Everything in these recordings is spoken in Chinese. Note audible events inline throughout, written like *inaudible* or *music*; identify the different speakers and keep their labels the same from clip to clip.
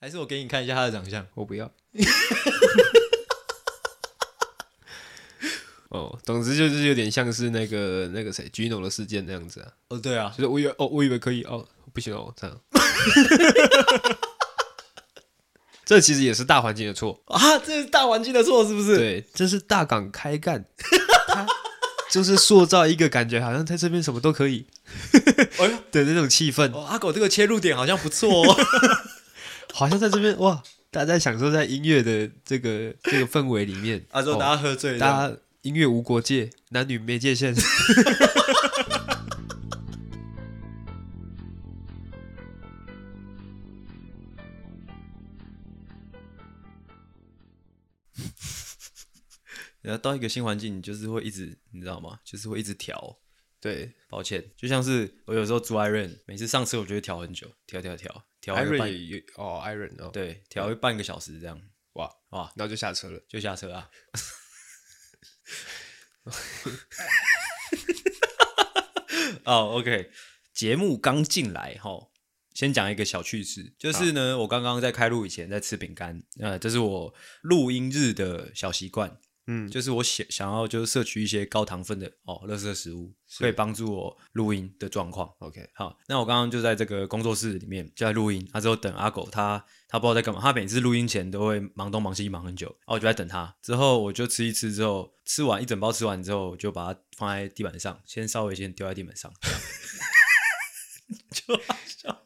Speaker 1: 还是我给你看一下他的长相？
Speaker 2: 我不要。 *laughs* 哦，总之就是有点像是那个那个谁 Gino 的事件那样子啊，
Speaker 1: 哦，对啊，
Speaker 2: 就是我以为哦，我以为可以哦，不行哦，这样。 *laughs* 这其实也是大环境的错，
Speaker 1: 啊，这是大环境的错是不是？
Speaker 2: 对，这是大港开干，他就是塑造一个感觉，好像在这边什么都可以
Speaker 1: 哎呦，
Speaker 2: 的那种气氛，
Speaker 1: 哦，阿狗这个切入点好像不错 *laughs* 哦。
Speaker 2: 好像在这边哇，大家在享受在音乐的这个这个氛围里面，
Speaker 1: 啊，说
Speaker 2: 哦
Speaker 1: 大家喝醉，
Speaker 2: 大家音乐无国界，男女没界限。
Speaker 1: 然后到一个新环境，你就是会一直，你知道吗？就是会一直调。
Speaker 2: *laughs* 对
Speaker 1: 抱歉，就像是我有时候租 Iron，每次上车我就会调很久，调调调调一个
Speaker 2: ，Iron
Speaker 1: 半，
Speaker 2: 也有哦，Iron 哦，，
Speaker 1: 对，调一半个小时这样，
Speaker 2: 哇，
Speaker 1: 哇，
Speaker 2: 然后就下车了。
Speaker 1: 就下车啊。哦、o k 节目刚进来哈，先讲一个小趣事，就是呢，我刚刚在开录以前在吃饼干，呃，这是我录音日的小习惯，
Speaker 2: 嗯，
Speaker 1: 就是我想想要就是摄取一些高糖分的哦，垃圾食物，可以帮助我录音的状况。
Speaker 2: OK，
Speaker 1: 好，那我刚刚就在这个工作室里面就在录音，啊之后等阿狗他他不知道在干嘛，他每次录音前都会忙东忙西忙很久，啊我就在等他，之后我就吃一吃之后，吃完一整包吃完之后，我就把它放在地板上，先稍微先丢在地板上， *laughs* 这样就好笑。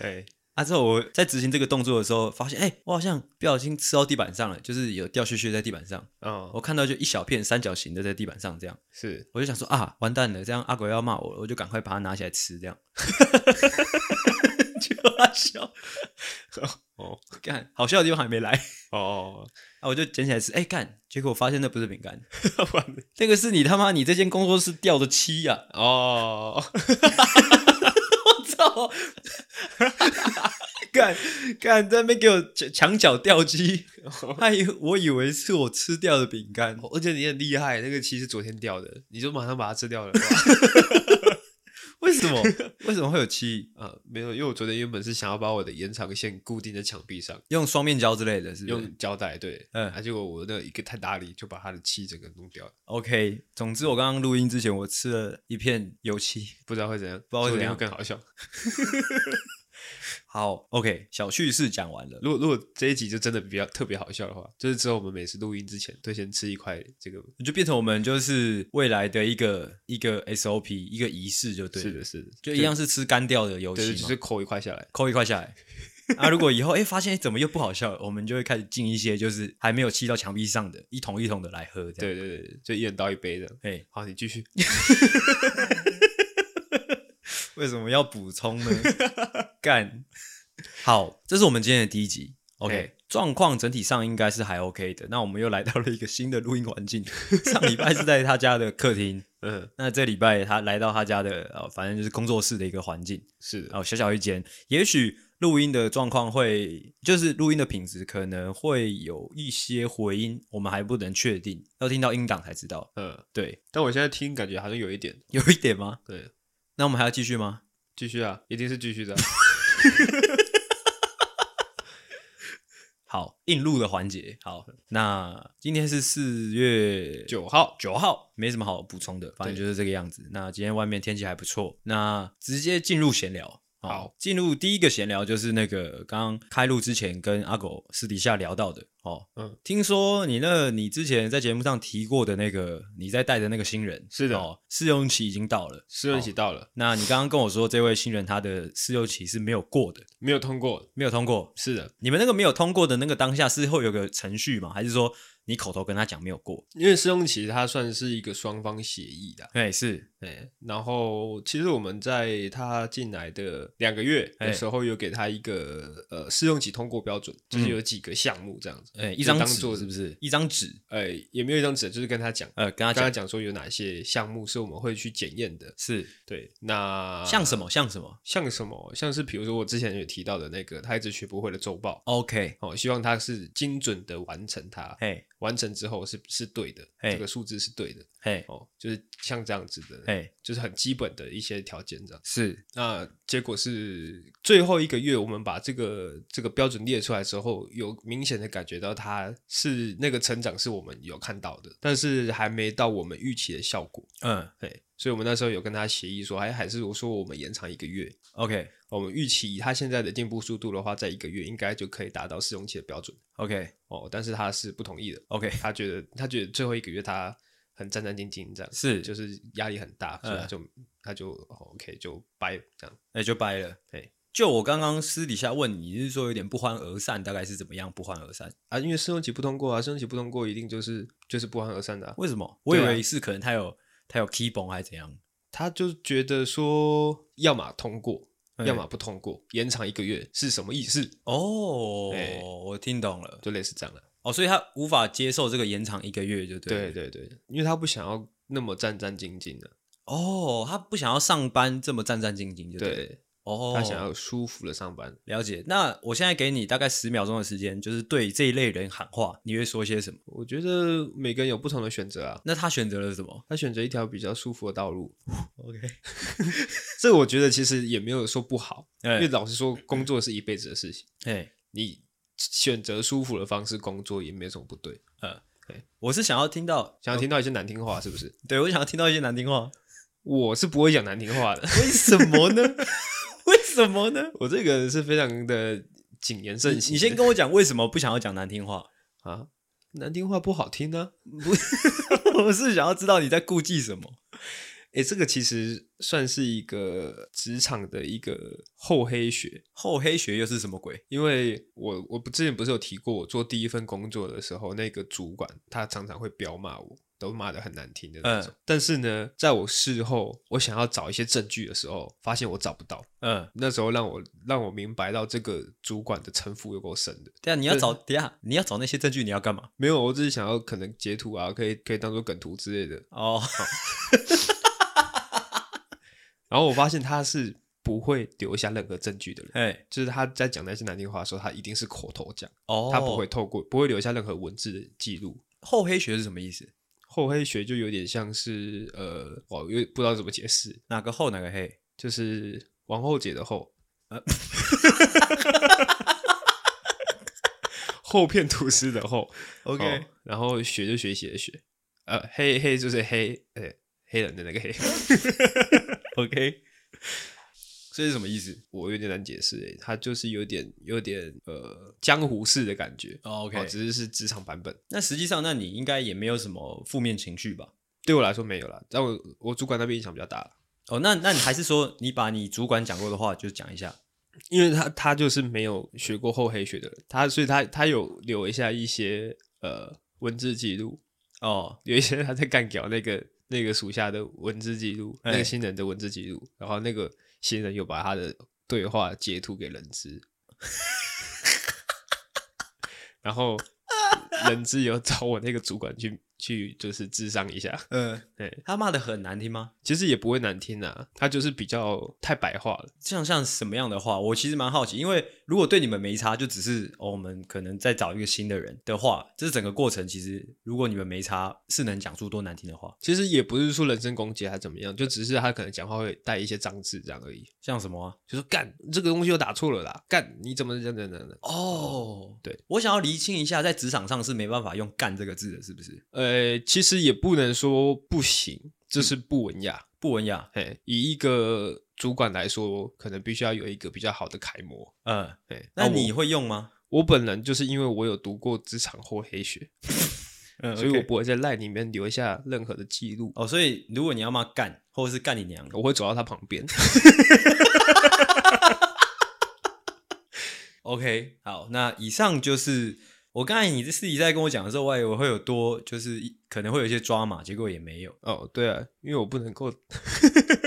Speaker 2: 哎，
Speaker 1: 啊之后我在执行这个动作的时候，发现哎、我好像不小心吃到地板上了，就是有掉屑屑在地板上，
Speaker 2: 哦，
Speaker 1: 我看到就一小片三角形的在地板上这样。
Speaker 2: 是
Speaker 1: 我就想说啊，完蛋了，这样阿鬼要骂我了，我就赶快把它拿起来吃，这样。 *laughs* 就阿笑，
Speaker 2: *laughs* 哦
Speaker 1: 干好笑的地方还没来
Speaker 2: 哦，
Speaker 1: 啊，我就捡起来吃，哎、干，结果我发现那不是饼
Speaker 2: *laughs*
Speaker 1: 干，那个是你他妈你这间工作室掉的漆啊呀、
Speaker 2: 哦， *laughs*
Speaker 1: 我操！ *laughs* 干干在那边给我墙墙角掉漆，还以我以为是我吃掉的饼干，
Speaker 2: 哦而且你很厉害，那个漆是昨天掉的，你就马上把它吃 *laughs* 掉了。
Speaker 1: 为什么？为什么会有漆？
Speaker 2: 啊，没有，因为我昨天原本是想要把我的延长线固定在墙壁上，
Speaker 1: 用双面胶之类的，是不是？
Speaker 2: 用胶带，对，
Speaker 1: 嗯
Speaker 2: 啊，结果我那一个太大力，就把它的漆整个弄掉了，
Speaker 1: OK，总之我刚刚录音之前，我吃了一片油漆。
Speaker 2: 不知道会怎样，
Speaker 1: 不知道会
Speaker 2: 说
Speaker 1: 怎
Speaker 2: 不定
Speaker 1: 样
Speaker 2: 会更好笑。
Speaker 1: 好，OK，小趣事讲完了。
Speaker 2: 如果如果这一集就真的比较特别好笑的话，就是之后我们每次录音之前都先吃一块这个，
Speaker 1: 就变成我们就是未来的一个一个 SOP 一个仪式就对
Speaker 2: 是
Speaker 1: 了，
Speaker 2: 的，是的，
Speaker 1: 就一样是吃干掉的油
Speaker 2: 对，
Speaker 1: 漆
Speaker 2: 对，
Speaker 1: 嘛，
Speaker 2: 就是抠一块下来，
Speaker 1: 抠一块下来。啊，如果以后哎、诶发现诶怎么又不好笑了，我们就会开始进一些就是还没有漆到墙壁上的，一桶一桶的来喝这样。
Speaker 2: 对对对，就一人倒一杯的。
Speaker 1: 对，哎、
Speaker 2: 好，你继续。
Speaker 1: 为什么要补充呢？干，好，这是我们今天的第一集。OK，
Speaker 2: 嘿
Speaker 1: 状况整体上应该是还 OK 的。那我们又来到了一个新的录音环境。上礼拜是在他家的客厅， *laughs*
Speaker 2: 嗯，
Speaker 1: 那这礼拜他来到他家的呃，反正就是工作室的一个环境，
Speaker 2: 是的，
Speaker 1: 哦，小小一间。也许录音的状况会，就是录音的品质可能会有一些回音，我们还不能确定，要听到音档才知道。
Speaker 2: 嗯，
Speaker 1: 对，
Speaker 2: 但我现在听感觉好像有一点，
Speaker 1: 有一点吗？
Speaker 2: 对，
Speaker 1: 那我们还要继续吗？
Speaker 2: 继续啊，一定是继续的
Speaker 1: *laughs*
Speaker 2: 啊。
Speaker 1: 好，硬录的环节。好，那今天是四月
Speaker 2: 九号，
Speaker 1: 九号，没什么好补充的，反正
Speaker 2: 对
Speaker 1: 就是这个样子。那今天外面天气还不错，那直接进入闲聊。哦
Speaker 2: 好，
Speaker 1: 进入第一个闲聊就是那个刚刚开录之前跟阿狗私底下聊到的哦。
Speaker 2: 嗯，
Speaker 1: 听说你那，你之前在节目上提过的那个你在带的那个新人，
Speaker 2: 是的
Speaker 1: 哦，试用期已经到了。
Speaker 2: 试用期到了，
Speaker 1: 那你刚刚跟我说这位新人他的试用期是没有过的，
Speaker 2: 没有通过，
Speaker 1: 没有通过，
Speaker 2: 是的，
Speaker 1: 你们那个没有通过的那个当下是会有个程序吗？还是说你口头跟他讲没有过？
Speaker 2: 因为试用期它算是一个双方协议的，
Speaker 1: 对，是，
Speaker 2: 对。然后其实我们在他进来的
Speaker 1: 哎
Speaker 2: 两个月的时候，有给他一个呃试用期通过标准，就是有几个项目这样子。
Speaker 1: 嗯哎，一张
Speaker 2: 就当
Speaker 1: 纸
Speaker 2: 做
Speaker 1: 是不是？一张纸，
Speaker 2: 呃，也没有一张纸，就是跟他讲，
Speaker 1: 呃，跟他
Speaker 2: 跟他
Speaker 1: 讲
Speaker 2: 讲说有哪些项目是我们会去检验的。
Speaker 1: 是
Speaker 2: 对，那
Speaker 1: 像什么像什么
Speaker 2: 像什么，像是比如说我之前有提到的那个他一直学不会的周报，
Speaker 1: ？OK，
Speaker 2: 哦，希望他是精准的完成它，
Speaker 1: 嘿，
Speaker 2: 完成之后是是对的，
Speaker 1: 嘿
Speaker 2: 这个数字是对的，
Speaker 1: 嘿，
Speaker 2: 哦，就是像这样子的，
Speaker 1: 嘿，
Speaker 2: 就是很基本的一些条件这样。
Speaker 1: 是
Speaker 2: 那结果是最后一个月，我们把这个这个标准列出来之后，有明显的感觉到它是那个成长是我们有看到的，但是还没到我们预期的效果。
Speaker 1: 嗯
Speaker 2: 对，所以我们那时候有跟他协议说，还哎还是我说我们延长一个月，
Speaker 1: ，OK
Speaker 2: 我们预期以他现在的进步速度的话，在一个月应该就可以达到试用期的标准
Speaker 1: OK
Speaker 2: 哦。但是他是不同意的，
Speaker 1: OK，
Speaker 2: 他觉得他觉得最后一个月他很战战兢兢这样，
Speaker 1: 是
Speaker 2: 就是压力很大，所以他
Speaker 1: 嗯
Speaker 2: 就、他就、哦 OK 就掰这样。
Speaker 1: 那就掰了。
Speaker 2: 对，
Speaker 1: 就我刚刚私底下问你，是说有点不欢而散，大概是怎么样不欢而散？
Speaker 2: 啊，因为试用期不通过啊，试用期不通过一定就是就是不欢而散的、啊。
Speaker 1: 为什么？我以
Speaker 2: 对啊
Speaker 1: 为是可能他有他有 key 崩还是怎样？
Speaker 2: 他就觉得说，要么通过，
Speaker 1: 嗯
Speaker 2: 要么不通过，延长一个月是什么意思？
Speaker 1: 哦
Speaker 2: 哎，
Speaker 1: 我听懂了。
Speaker 2: 就类似这样的、
Speaker 1: 哦，所以他无法接受这个延长一个月，就对。
Speaker 2: 对。对对，因为他不想要那么战战兢兢啊的、
Speaker 1: 哦，他不想要上班这么战战兢兢，就对了。
Speaker 2: 对
Speaker 1: 哦，
Speaker 2: 他想要舒服的上班。
Speaker 1: 了解。那我现在给你大概十秒钟的时间，就是对这一类人喊话，你会说些什么？
Speaker 2: 我觉得每个人有不同的选择啊，
Speaker 1: 那他选择了什么
Speaker 2: 他选择一条比较舒服的道路，
Speaker 1: ？OK，
Speaker 2: 这我觉得其实也没有说不好，因为
Speaker 1: 哎
Speaker 2: 老实说，工作是一辈子的事情，
Speaker 1: 哎，
Speaker 2: 你选择舒服的方式工作也没有什么不对。
Speaker 1: 我是想要听到，哦
Speaker 2: 想要听到一些难听话是不是？
Speaker 1: 对我想要听到一些难听
Speaker 2: *laughs*
Speaker 1: 话，
Speaker 2: 我是不会讲难听话的，
Speaker 1: 为什么
Speaker 2: *laughs*
Speaker 1: 呢？为什么呢？
Speaker 2: 我这个人是非常的谨言慎
Speaker 1: 你
Speaker 2: 行的。
Speaker 1: 你先跟我讲为什么不想要讲难听话？ *laughs*
Speaker 2: 啊，难听话不好听啊呢、
Speaker 1: 我是想要知道你在顾忌什么。
Speaker 2: 诶，这个其实算是一个职场的一个厚黑学，
Speaker 1: 厚黑学又是什么鬼？
Speaker 2: 因为我我不之前不是有提过，我做第一份工作的时候，那个主管他常常会彪骂我。都骂的很难听的那种，但是呢，在我事后我想要找一些证据的时候，发现我找不到。
Speaker 1: 嗯，
Speaker 2: 那时候让我让我明白到这个主管的城府有够深的。
Speaker 1: 对啊，你要
Speaker 2: 对
Speaker 1: 找，等一下你要找那些证据，你要干嘛？
Speaker 2: 没有，我只是想要可能截图啊，可以可以当做梗图之类的。
Speaker 1: 哦，
Speaker 2: 然后我发现他是不会留下任何证据的人，
Speaker 1: 哎，
Speaker 2: 就是他在讲那些难听话的时候，他一定是口头讲，
Speaker 1: 哦，
Speaker 2: 他不会。透过不会留下任何文字的记录。
Speaker 1: 厚黑学是什么意思？
Speaker 2: 厚黑学就有点像是呃，我有点不知道怎么解释，
Speaker 1: 哪个厚哪个黑？
Speaker 2: 就是王后姐的后，呃 *laughs* 厚片吐司的厚。哦然后学就学习的学，呃，黑黑就是黑，呃、黑人的那个黑， *laughs*
Speaker 1: OK，这是什么意思
Speaker 2: 我有点难解释诶，它就是有点有点呃江湖式的感觉。
Speaker 1: 哦
Speaker 2: 哦只是是职场版本，
Speaker 1: 那实际上，那你应该也没有什么负面情绪吧？
Speaker 2: 对我来说没有啦，但我我主管那边影响比较大啦，
Speaker 1: 哦，那那你还是说你把你主管讲过的话就讲一下
Speaker 2: 因为他他就是没有学过厚黑学的人，他所以他他有留一下一些呃文字记录，
Speaker 1: 哦。
Speaker 2: 有一些他在干掉那个 *laughs* 那个属下的文字记录，那
Speaker 1: 哎
Speaker 2: 个新人的文字记录，然后那个新人有把他的对话截图给人资，然后人资有找我那个主管去去就是智商一下，
Speaker 1: 嗯、
Speaker 2: 对，
Speaker 1: 他骂的很难听吗？
Speaker 2: 其实也不会难听啊，他就是比较太白话了，
Speaker 1: 像像什么样的话，我其实蛮好奇，因为如果对你们没差，就只是、哦、我们可能再找一个新的人的话，这整个过程其实如果你们没差，是能讲出多难听的话，
Speaker 2: 其实也不是说人身攻击还是怎么样，就只是他可能讲话会带一些脏字这样而已，
Speaker 1: 像什么啊？
Speaker 2: 就说干这个东西又打错了啦，干你怎么这样这样这样的，
Speaker 1: 哦，
Speaker 2: 对，
Speaker 1: 我想要厘清一下，在职场上是没办法用“干”这个字的，是不是？
Speaker 2: 呃，其实也不能说不行，这
Speaker 1: 嗯
Speaker 2: 是不文雅。
Speaker 1: 不文雅，
Speaker 2: 嘿，以一个主管来说，可能必须要有一个比较好的楷模。
Speaker 1: 嗯、
Speaker 2: 嘿，
Speaker 1: 那
Speaker 2: 我
Speaker 1: 你会用吗？
Speaker 2: 我本人就是因为我有读过职场或黑学，
Speaker 1: 嗯
Speaker 2: 所以我
Speaker 1: OK
Speaker 2: 不会在赖里面留下任何的记录，
Speaker 1: 哦，所以如果你要骂干，或者是干你娘，
Speaker 2: 我会走到他旁边。 *laughs*
Speaker 1: OK，好，那以上就是我刚才你自己在跟我讲的时候，我以为会有多，就是一可能会有一些抓马，结果也没有。
Speaker 2: 哦，对啊，因为我不能够 *laughs*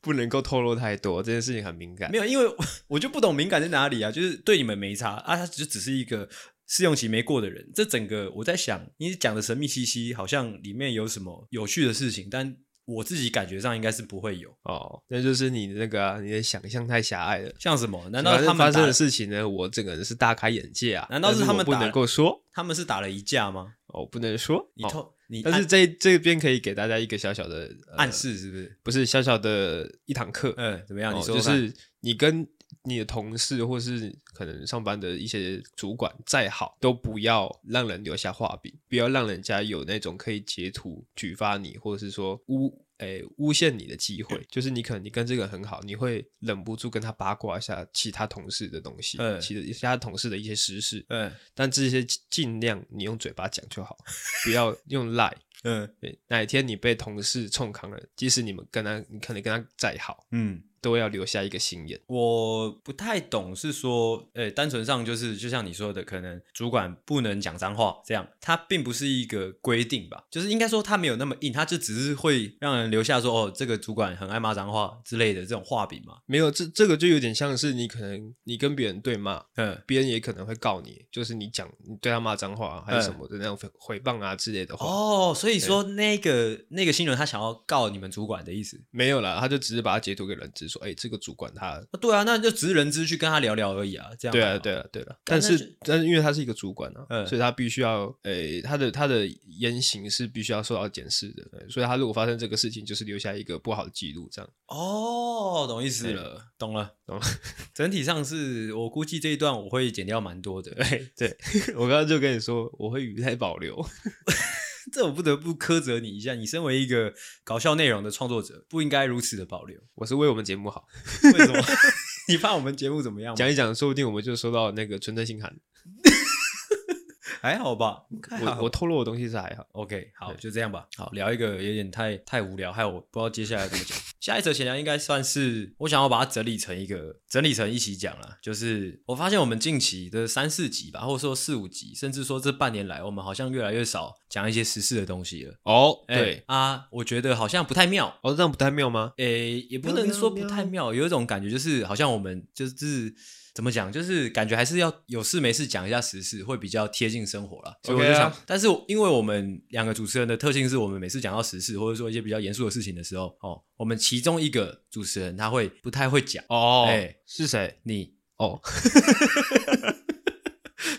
Speaker 2: 不能够透露太多，这件事情很敏感
Speaker 1: *laughs* 没。有，因为我我就不懂敏感在哪里啊，就是对你们没差啊，它就只是一个试用期没过的人，这整个我在想，你讲的神秘兮兮，好像里面有什么有趣的事情，但我自己感觉上应该是不会有。
Speaker 2: 哦，那就是你那个啊、你的想象太狭隘了。
Speaker 1: 像什么？难道他
Speaker 2: 反正
Speaker 1: 们
Speaker 2: 发
Speaker 1: 打
Speaker 2: 生的事情呢？我整个人是大开眼界啊！
Speaker 1: 难道
Speaker 2: 但
Speaker 1: 是
Speaker 2: 是
Speaker 1: 他
Speaker 2: 我
Speaker 1: 们
Speaker 2: 不
Speaker 1: 打
Speaker 2: 能够说？
Speaker 1: 他们是打了一架吗？
Speaker 2: 哦，不能说。
Speaker 1: 你
Speaker 2: 哦
Speaker 1: 透、你
Speaker 2: 但
Speaker 1: 暗
Speaker 2: 是这这边可以给大家一个小小的、呃
Speaker 1: 暗，示是不是？
Speaker 2: 不是小小的一堂课。
Speaker 1: 嗯，怎么样？
Speaker 2: 哦
Speaker 1: 你说
Speaker 2: 就
Speaker 1: 说看
Speaker 2: 是你跟你的同事或是可能上班的一些主管再好，都不要让人留下画饼，不要让人家有那种可以截图举发你，或者是说诬。诶、诬陷你的机会，
Speaker 1: *clears throat*
Speaker 2: 就是你可能你跟这个人很好，你会忍不住跟他八卦一下其他同事的东西，
Speaker 1: 嗯
Speaker 2: 其其他同事的一些实事，
Speaker 1: 嗯
Speaker 2: 但这些尽量你用嘴巴讲就好，不要用赖。
Speaker 1: 嗯
Speaker 2: 对，哪一天你被同事冲扛了，即使你们跟他，你可能跟他再好，
Speaker 1: 嗯，
Speaker 2: 都要留下一个心眼。
Speaker 1: 我不太懂，是说，呃、单纯上就是，就像你说的，可能主管不能讲脏话，这样，它并不是一个规定吧？就是应该说它没有那么硬，它就只是会让人留下说，哦，这个主管很爱骂脏话之类的这种画饼嘛。
Speaker 2: 没有，这这个就有点像是你可能你跟别人对骂，
Speaker 1: 嗯
Speaker 2: 别人也可能会告你，就是你讲你对他骂脏话、啊、还是什么的那种诽诽谤啊之类的话。
Speaker 1: 哦，所以说那个那个新人他想要告你们主管的意思。
Speaker 2: 没有啦，他就只是把他截图给人质说，哎、这个主管他，
Speaker 1: 啊对啊，那就只是人资去跟他聊聊而已啊，这样
Speaker 2: 对啊，
Speaker 1: 还好
Speaker 2: 对，啊，对啊。
Speaker 1: 但
Speaker 2: 但
Speaker 1: 是
Speaker 2: 是但是因为他是一个主管啊，
Speaker 1: 嗯
Speaker 2: 所以他必须要，哎、他的他的言行是必须要受到检视的，对所以他如果发生这个事情，就是留下一个不好的记录，这样。
Speaker 1: 哦，懂意思
Speaker 2: 对
Speaker 1: 了，懂了，
Speaker 2: 懂了。
Speaker 1: *laughs*
Speaker 2: *laughs*
Speaker 1: 整体上是我估计这一段我会剪掉蛮多的，
Speaker 2: 对对，我刚刚就跟你说，我会语态保留。
Speaker 1: 这我不得不苛责你一下，你身为一个搞笑内容的创作者，不应该如此的保留。
Speaker 2: 我是为我们节目好，
Speaker 1: 为什么？ *laughs* 你怕我们节目怎么样吗？
Speaker 2: 讲一讲，说不定我们就收到那个纯正信函。
Speaker 1: 还好吧？还好
Speaker 2: 嗯我我透露的东西是还好。
Speaker 1: OK，好，
Speaker 2: 对
Speaker 1: 就这样吧。好，聊一个有点太太无聊，害我不知道接下来怎么讲。下一则闲聊应该算是我想要把它整理成一个整理成一起讲啦。就是我发现我们近期的三四集吧，或者说四五集，甚至说这半年来，我们好像越来越少讲一些时事的东西了。
Speaker 2: 哦，
Speaker 1: 哎
Speaker 2: 对，
Speaker 1: 啊，我觉得好像不太妙。
Speaker 2: 哦，这样不太妙吗？
Speaker 1: 诶、也不
Speaker 2: 喵
Speaker 1: 能
Speaker 2: 喵
Speaker 1: 说不太妙，有一种感觉就是好像我们就是怎么讲，就是感觉还是要有事没事讲一下时事，会比较贴近生活啦。所以我就
Speaker 2: OK 啊
Speaker 1: 想但是因为我们两个主持人的特性是我们每次讲到时事或者说一些比较严肃的事情的时候，哦，我们其中一个主持人他会不太会讲
Speaker 2: 哦
Speaker 1: 哎
Speaker 2: 是谁？
Speaker 1: 你，
Speaker 2: 哦，
Speaker 1: *laughs*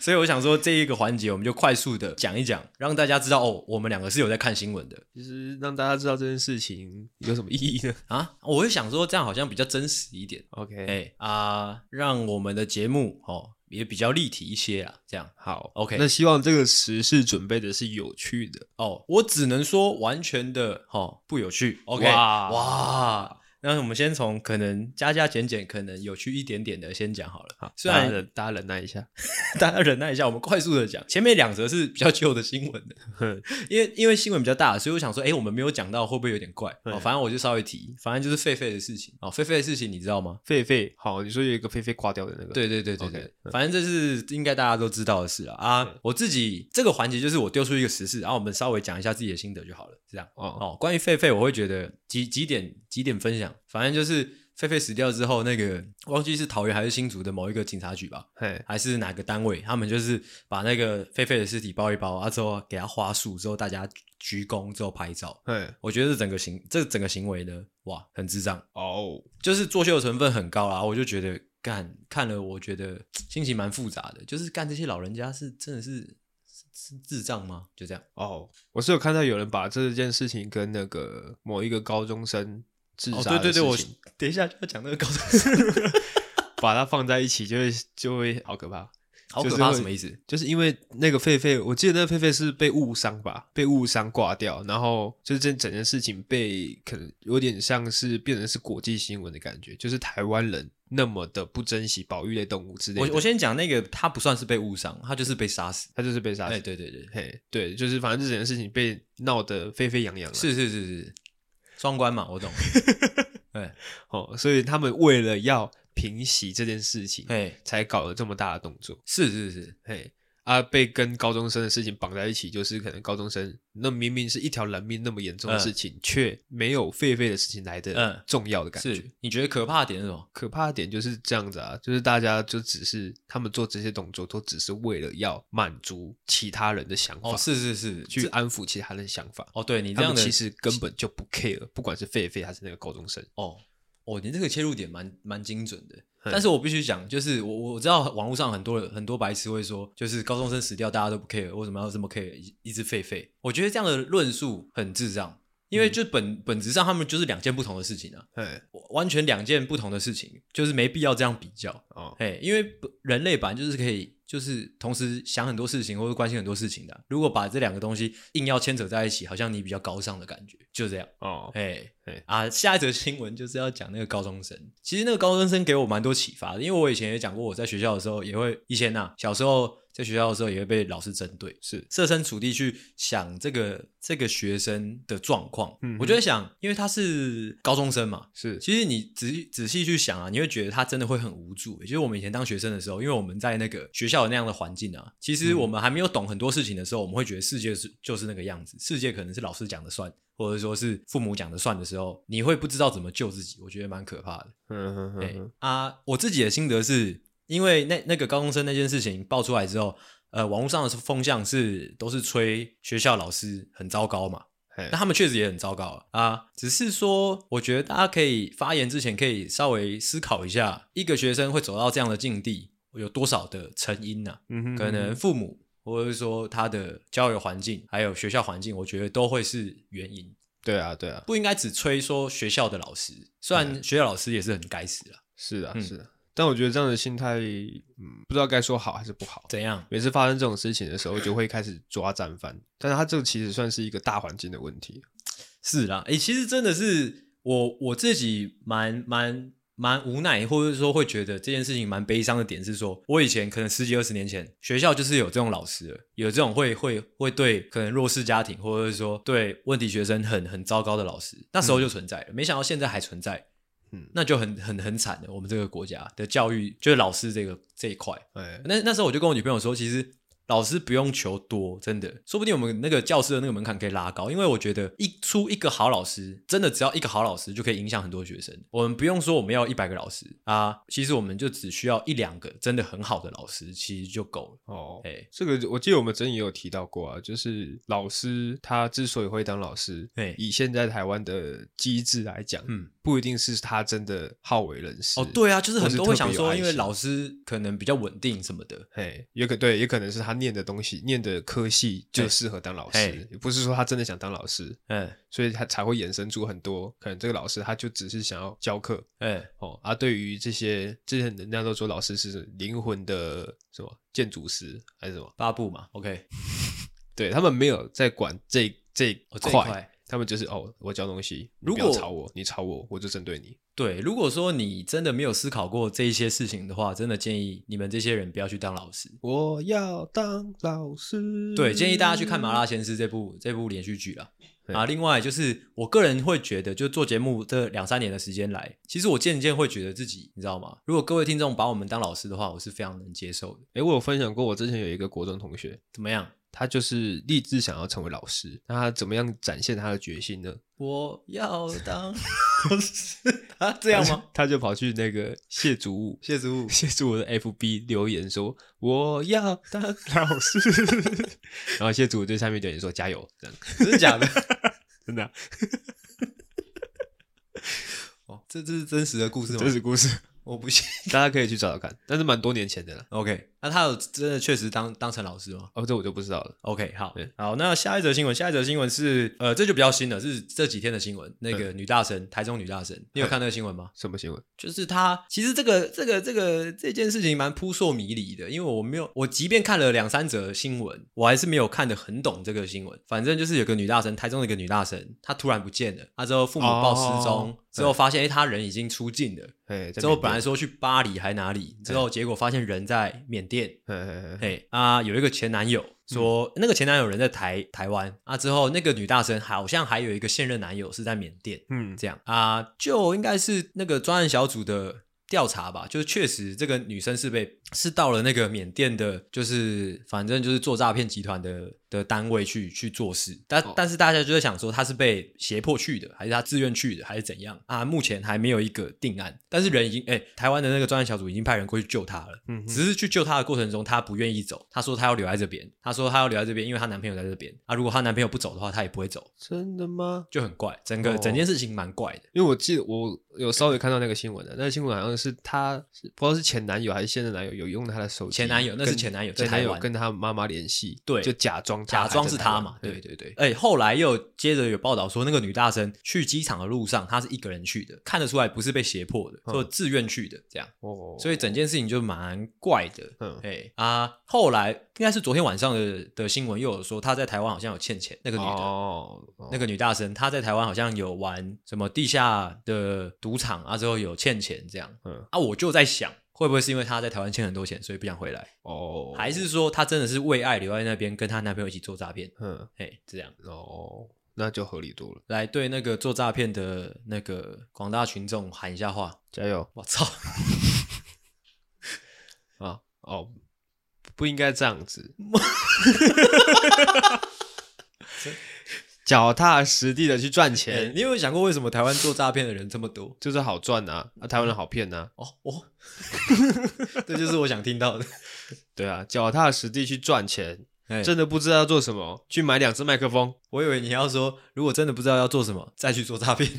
Speaker 1: 所以我想说这一个环节我们就快速的讲一讲，让大家知道哦，我们两个是有在看新闻的
Speaker 2: 其实让大家知道这件事情有什么意义呢
Speaker 1: 啊。我就想说这样好像比较真实一点。
Speaker 2: ？OK，
Speaker 1: 哎啊，让我们的节目哦也比较立体一些啊，这样
Speaker 2: 好
Speaker 1: OK
Speaker 2: 那希望这个时事准备的是有趣的。
Speaker 1: 哦，我只能说完全的哦不有趣，OK
Speaker 2: 哇
Speaker 1: 哇。那我们先从可能加加减减，可能有趣一点点的先讲好了。
Speaker 2: 好，
Speaker 1: 虽
Speaker 2: 大
Speaker 1: 然
Speaker 2: 家忍，大家忍耐一下。
Speaker 1: 大家忍耐一下，我们快速的讲。前面两则是比较旧的新闻的，
Speaker 2: 哼
Speaker 1: 因为因为新闻比较大，所以我想说，哎、我们没有讲到会不会有点怪？哦，
Speaker 2: 嗯
Speaker 1: 反正我就稍微提，反正就是狒狒的事情。哦，狒狒的事情你知道吗？
Speaker 2: 狒狒，好，你说有一个狒狒挂掉的那个，，
Speaker 1: 对对对对
Speaker 2: OK，嗯
Speaker 1: 对，反正这是应该大家都知道的事了啊
Speaker 2: 对。
Speaker 1: 我自己这个环节就是我丢出一个时事，然后我们稍微讲一下自己的心得就好了，这样。
Speaker 2: 哦，
Speaker 1: 哦，关于狒狒，我会觉得几几点几点分享，反正就是狒狒死掉之后，那个忘记是桃园还是新竹的某一个警察局吧，
Speaker 2: 嘿，
Speaker 1: 还是哪个单位，他们就是把那个狒狒的尸体包一包，啊之后给他花束，之后大家鞠躬之后拍照。
Speaker 2: 嘿，
Speaker 1: 我觉得这整个行这整个行为呢，哇，很智障。
Speaker 2: 哦，
Speaker 1: 就是作秀的成分很高啦，我就觉得干看了，我觉得心情蛮复杂的。就是干这些老人家是真的是是是智障吗？就这样
Speaker 2: 哦，我是有看到有人把这件事情跟那个某一个高中生自
Speaker 1: 哦，
Speaker 2: 杀、
Speaker 1: 对
Speaker 2: 的
Speaker 1: 对对，我
Speaker 2: 事情
Speaker 1: 等一下就要讲那个高中生，
Speaker 2: 把它放在一起，就会就会好可怕。
Speaker 1: *laughs* 好
Speaker 2: 就
Speaker 1: 可
Speaker 2: 是
Speaker 1: 怕，
Speaker 2: 会
Speaker 1: 什么意思？
Speaker 2: 就是因为那个狒狒，我记得那个狒狒是被误伤吧，被误伤挂掉，然后就是这整件事情被可能有点像是变成是国际新闻的感觉，就是台湾人那么的不珍惜保育类动物之类
Speaker 1: 我
Speaker 2: 的。
Speaker 1: 我先讲那个，他不算是被误伤，他就是被杀死。
Speaker 2: 他就是被杀
Speaker 1: 哎，
Speaker 2: 死，
Speaker 1: 对对对，
Speaker 2: 嘿，对，就是反正这整件事情被闹得沸沸扬扬了，
Speaker 1: 是是是是，双关嘛，我 *laughs* 懂。哎
Speaker 2: 哦，所以他们为了要平息这件事情，
Speaker 1: 哎，
Speaker 2: 才搞了这么大的动作，
Speaker 1: 是是是，
Speaker 2: 嘿。啊，被跟高中生的事情绑在一起，就是可能高中生那明明是一条人命那么严重的事情，却没有狒狒的事情
Speaker 1: 嗯
Speaker 2: 来的重要的感觉。
Speaker 1: 是你觉得可怕的点是什么？
Speaker 2: 可怕的点就是这样子啊，就是大家就只是他们做这些动作，都只是为了要满足其他人的想法，
Speaker 1: 哦，是是是，
Speaker 2: 去
Speaker 1: 这
Speaker 2: 安抚其他人的想法。
Speaker 1: 哦，对你这
Speaker 2: 他
Speaker 1: 样
Speaker 2: 们
Speaker 1: 的
Speaker 2: 其实根本就不 care，不管是狒狒还是那个高中生，
Speaker 1: 哦哦，你这个切入点蛮蛮精准的。但是我必须讲，就是我我知道网络上很多人很多白痴会说，就是高中生死掉大家都不 care，为什么要这么 care 一一只狒狒？我觉得这样的论述很智障，因为就本、本质上他们就是两件不同的事情啊，
Speaker 2: 哎
Speaker 1: 完全两件不同的事情，就是没必要这样比较。
Speaker 2: 哦，
Speaker 1: 嘿，因为不人类本来就是可以，就是同时想很多事情或者关心很多事情的啊、如果把这两个东西硬要牵扯在一起，好像你比较高尚的感觉，就这样。
Speaker 2: 哦，
Speaker 1: 哎
Speaker 2: 嘿
Speaker 1: 啊，下一则新闻就是要讲那个高中生。其实那个高中生给我蛮多启发的，因为我以前也讲过，我在学校的时候也会，以前呐、啊小时候在学校的时候也会被老师针对，
Speaker 2: 是
Speaker 1: 设身处地去想这个这个学生的状况。
Speaker 2: 嗯哼
Speaker 1: 我就在想，因为他是高中生嘛，
Speaker 2: 是，
Speaker 1: 其实你仔细仔细去想啊，你会觉得他真的会很无助。也就是我们以前当学生的时候，因为我们在那个学校的那样的环境啊，其实
Speaker 2: 嗯
Speaker 1: 我们还没有懂很多事情的时候，我们会觉得世界是就是那个样子，世界可能是老师讲的算，或者说是父母讲的算的时候，你会不知道怎么救自己，我觉得蛮可怕的。
Speaker 2: 嗯哼
Speaker 1: 哎、
Speaker 2: 哼哼，
Speaker 1: 啊，我自己的心得是，因为那那个高中生那件事情爆出来之后，呃，网络上的风向是都是吹学校老师很糟糕嘛，
Speaker 2: 哎
Speaker 1: 那他们确实也很糟糕啊啊，只是说，我觉得大家可以发言之前可以稍微思考一下，一个学生会走到这样的境地，有多少的成因呢、
Speaker 2: 嗯哼
Speaker 1: 可能父母，或者是说他的交友环境，还有学校环境，我觉得都会是原因，
Speaker 2: 对啊对啊，
Speaker 1: 不应该只吹说学校的老师，虽然学校老师也是很该死啊，
Speaker 2: 是啊
Speaker 1: 嗯
Speaker 2: 是啊，但我觉得这样的心态，嗯，不知道该说好还是不好。
Speaker 1: 怎样？
Speaker 2: 每次发生这种事情的时候，就会开始抓战犯，但是他这个其实算是一个大环境的问题。
Speaker 1: 是啦，诶、其实真的是我我自己蛮蛮蛮无奈，或者说会觉得这件事情蛮悲伤的点是说，我以前可能十几二十年前，学校就是有这种老师了，有这种会会会对可能弱势家庭，或者是说对问题学生很很糟糕的老师，那时候就存在了，没想到现在还存在。
Speaker 2: 嗯
Speaker 1: 那就很很很惨的，我们这个国家的教育就是老师这个这一块，
Speaker 2: 哎，
Speaker 1: 那那时候我就跟我女朋友说，其实老师不用求多，真的，说不定我们那个教师的那个门槛可以拉高，因为我觉得一出一个好老师，真的只要一个好老师就可以影响很多学生。我们不用说我们要一百个老师啊，其实我们就只需要一两个真的很好的老师，其实就够
Speaker 2: 哦
Speaker 1: 了。，哎
Speaker 2: 这个我记得我们之前也有提到过啊，就是老师他之所以会当老师，
Speaker 1: 哎
Speaker 2: 以现在台湾的机制来讲，
Speaker 1: 嗯，
Speaker 2: 不一定是他真的好为人师。
Speaker 1: 哦，，对啊，就是很多会想
Speaker 2: 或
Speaker 1: 说，
Speaker 2: 是特别有爱心
Speaker 1: 因为老师可能比较稳定什么的，
Speaker 2: 嘿，也可对，也可能是他念的东西，念的科系就
Speaker 1: 嘿
Speaker 2: 适合当老
Speaker 1: 嘿
Speaker 2: 师，也不是说他真的想当老师，
Speaker 1: 嗯
Speaker 2: 所以他才会衍生出很多可能这个老师他就只是想要教课，
Speaker 1: 嗯，
Speaker 2: 哦，啊，对于这些之前人家都说老师是灵魂的什么建筑师还是什么，
Speaker 1: 八步嘛，OK，
Speaker 2: 对他们没有在管这这一
Speaker 1: 哦这一
Speaker 2: 块，
Speaker 1: 块。
Speaker 2: 他们就是哦，我教东西，你
Speaker 1: 如
Speaker 2: 不要
Speaker 1: 果
Speaker 2: 吵我，你吵我我就针对你。
Speaker 1: 对，如果说你真的没有思考过这一些事情的话，真的建议你们这些人不要去当老师。
Speaker 2: 我要当老师。
Speaker 1: 对，建议大家去看《麻辣鲜师》这部这部连续剧啦。
Speaker 2: 对
Speaker 1: 啊，另外就是我个人会觉得，就做节目这两三年的时间来，其实我渐渐会觉得自己，你知道吗？如果各位听众把我们当老师的话，我是非常能接受的。
Speaker 2: 诶，我有分享过，我之前有一个国中同学，
Speaker 1: 怎么样？
Speaker 2: 他就是立志想要成为老师，那他怎么样展现他的决心呢？
Speaker 1: 我要当老师啊？这样吗？
Speaker 2: 他就跑去那个谢祖武，
Speaker 1: *laughs* 谢祖武，
Speaker 2: 谢祖武的 FB 留言说我要当老师， *laughs* 然后谢祖武对下面留言说加油，这样
Speaker 1: 真的假的？
Speaker 2: *laughs*
Speaker 1: *laughs*
Speaker 2: 真的啊、
Speaker 1: 哦，这这是真实的故事吗？
Speaker 2: 真实故事，
Speaker 1: 我不信。
Speaker 2: 大家可以去找找看，但是蛮多年前的了。
Speaker 1: OK，那他有真的确实当当成老师吗？
Speaker 2: 哦，这我就不知道了。
Speaker 1: OK，好
Speaker 2: 对，
Speaker 1: 好，那下一则新闻，下一则新闻是，呃，这就比较新了，是这几天的新闻。那个女大神，台中女大神，你有看那个新闻吗？
Speaker 2: 什么新闻？
Speaker 1: 就是她，其实这个、这个、这个这件事情蛮扑朔迷离的，因为我没有，我即便看了两三则新闻，我还是没有看得很懂这个新闻。反正就是有个女大神，台中的一个女大神，她突然不见了，她之后父母报失踪，
Speaker 2: 哦
Speaker 1: 之后发现，哎，她人已经出境了。
Speaker 2: 哎，在
Speaker 1: 之后
Speaker 2: 缅
Speaker 1: 本来
Speaker 2: 甸，
Speaker 1: 说去巴黎还哪里，之后结果发现人在缅甸，
Speaker 2: 哎哎哎，
Speaker 1: 嘿啊，有一个前男友说，那个前男友人在台台湾啊，之后那个女大生好像还有一个现任男友是在缅甸，
Speaker 2: 嗯，
Speaker 1: 这样啊，就应该是那个专案小组的调查吧，就是确实这个女生是被是到了那个缅甸的，就是反正就是做诈骗集团的的单位去去做事，但、
Speaker 2: 哦
Speaker 1: 但是大家就在想说她是被胁迫去的，还是她自愿去的，还是怎样啊？目前还没有一个定案，但是人已经哎、台湾的那个专案小组已经派人过去救她了，
Speaker 2: 嗯哼
Speaker 1: 只是去救她的过程中，她不愿意走，她说她要留在这边，她说她要留在这边，因为她男朋友在这边啊，如果她男朋友不走的话，她也不会走，
Speaker 2: 真的吗？
Speaker 1: 就很怪，整个、
Speaker 2: 哦
Speaker 1: 整件事情蛮怪的。
Speaker 2: 因为我记得我有稍微看到那个新闻的，那个新闻好像是她是不知道是前男友还是现任男友有用她的手机，
Speaker 1: 前男友那是前男友在
Speaker 2: 前男
Speaker 1: 台
Speaker 2: 友
Speaker 1: 湾
Speaker 2: 跟她妈妈联系，
Speaker 1: 对
Speaker 2: 就假装她
Speaker 1: 假
Speaker 2: 还
Speaker 1: 装
Speaker 2: 在
Speaker 1: 是
Speaker 2: 台
Speaker 1: 她
Speaker 2: 湾
Speaker 1: 嘛
Speaker 2: 对
Speaker 1: 对
Speaker 2: 对对，
Speaker 1: 哎、后来又接着有报道说，那个女大生去机场的路上，她是一个人去的，看得出来不是被胁迫的，
Speaker 2: 嗯
Speaker 1: 说自愿去的这样，
Speaker 2: 哦，
Speaker 1: 所以整件事情就蛮怪的。
Speaker 2: 嗯
Speaker 1: 哎、啊，后来应该是昨天晚上的的新闻又有说，她在台湾好像有欠钱，那个女的。
Speaker 2: 哦，哦
Speaker 1: 那个女大生，她在台湾好像有玩什么地下的赌场啊，之后有欠钱这样
Speaker 2: 嗯
Speaker 1: 啊，我就在想，会不会是因为她在台湾欠很多钱，所以不想回来，
Speaker 2: 哦，
Speaker 1: 还是说她真的是为爱留在那边，跟她男朋友一起做诈骗？
Speaker 2: 嗯
Speaker 1: 哎，这样。
Speaker 2: 哦，那就合理多了，
Speaker 1: 来对那个做诈骗的那个广大群众喊一下话。
Speaker 2: 加油
Speaker 1: 我操！
Speaker 2: 啊！哦，不应该这
Speaker 1: *laughs*
Speaker 2: 样子，脚踏实地的去赚
Speaker 1: 欸 *laughs*
Speaker 2: 钱，
Speaker 1: 你有没有想过为什么台湾做诈骗的人这么多？
Speaker 2: 就是好赚啊，啊，台湾人好骗呐、啊，
Speaker 1: 哦哦， *laughs* 这就是我想听到的。
Speaker 2: 对啊，脚踏实地去赚钱，
Speaker 1: 哎，
Speaker 2: 真的不知道要做什么，去买两只麦克风，
Speaker 1: 我以为你要说，如果真的不知道要做什么，再去做诈骗。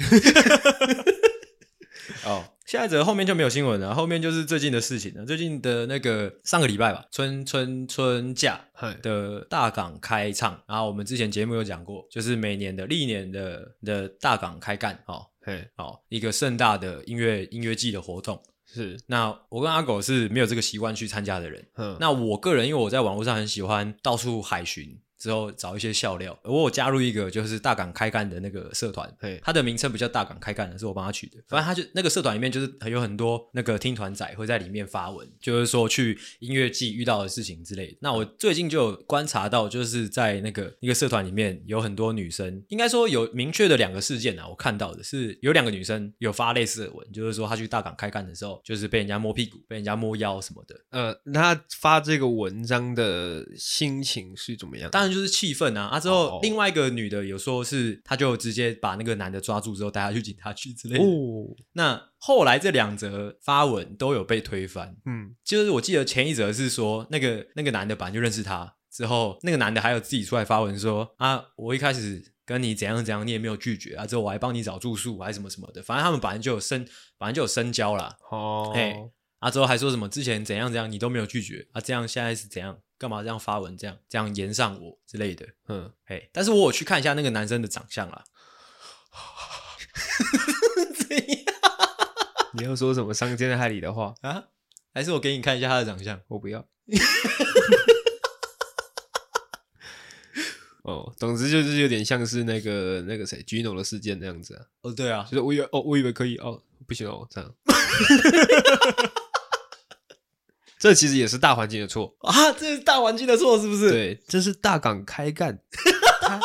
Speaker 1: 哦，下一则后面就没有新闻了，后面就是最近的事情了。最近的那个上个礼拜吧，春春春假，
Speaker 2: 嗨，
Speaker 1: 的大港开唱，然后我们之前节目有讲过，就是每年的历年的的大港开干，哦
Speaker 2: 嘿，
Speaker 1: 哦，一个盛大的音乐音乐季的活动。
Speaker 2: 是，
Speaker 1: 那我跟阿狗是没有这个习惯去参加的人。
Speaker 2: 嗯，
Speaker 1: 那我个人因为我在网络上很喜欢到处海巡，之后找一些笑料，我有加入一个就是大港开干的那个社团，
Speaker 2: 嘿，
Speaker 1: 它的名称不叫大港开干的，是我帮他取的。反正他就那个社团里面就是有很多那个听团仔会在里面发文，就是说去音乐季遇到的事情之类的。那我最近就有观察到，就是在那个一个社团里面有很多女生，应该说有明确的两个事件啊，我看到的是有两个女生有发类似的文，就是说她去大港开干的时候，就是被人家摸屁股、被人家摸腰什么的。
Speaker 2: 呃，那他发这个文章的心情是怎么样？
Speaker 1: 当然就是气愤啊！啊之
Speaker 2: 哦
Speaker 1: 后，另外一个女的有说是，她就直接把那个男的抓住之后带他去警察局之类的。
Speaker 2: 哦，
Speaker 1: 那后来这两则发文都有被推翻，
Speaker 2: 嗯，
Speaker 1: 就是我记得前一则是说那个那个男的本来就认识他，之后那个男的还有自己出来发文说啊，我一开始跟你怎样怎样，你也没有拒绝啊，之后我还帮你找住宿，啊还什么什么的，反正他们本来就有深，本来就有深交啦。
Speaker 2: 哦，
Speaker 1: 嘿啊，之后还说什么之前怎样怎样，你都没有拒绝啊，这样现在是怎样，干嘛这样发文，这样这样言上我之类的。
Speaker 2: 嗯，
Speaker 1: 嘿，但是我有去看一下那个男生的长相啦， *laughs* 怎样
Speaker 2: 你要说什么伤天害理的话？
Speaker 1: 啊？还是我给你看一下他的长相？
Speaker 2: 我不要。 *laughs* 哦，总之就是有点像是那个那个谁 Gino 的事件那样子啊，
Speaker 1: 哦，对啊
Speaker 2: 就，是我以为哦，我以为可以哦，不行哦，这样。 *laughs* 这其实也是大环境的错，
Speaker 1: 啊，这是大环境的错是不是？
Speaker 2: 对，这是大港开干，他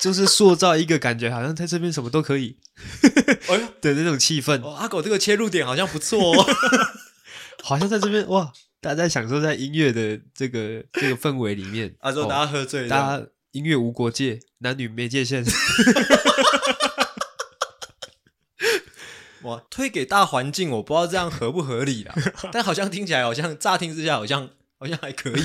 Speaker 2: 就是塑造一个感觉，好像在这边什么都可以
Speaker 1: 哎呦，
Speaker 2: 的那种气氛，
Speaker 1: 哦，阿狗这个切入点好像不错哦。
Speaker 2: 好像在这边哇，大家在享受在音乐的这个这个氛围里面。
Speaker 1: 啊，之后
Speaker 2: 哦
Speaker 1: 大家喝醉，
Speaker 2: 大家音乐无国界，男女没界限。
Speaker 1: 哇，推给大环境，我不知道这样合不合理
Speaker 2: *laughs*
Speaker 1: 啦，但好像听起来好像乍听之下好像好像还可
Speaker 2: *laughs*
Speaker 1: 以。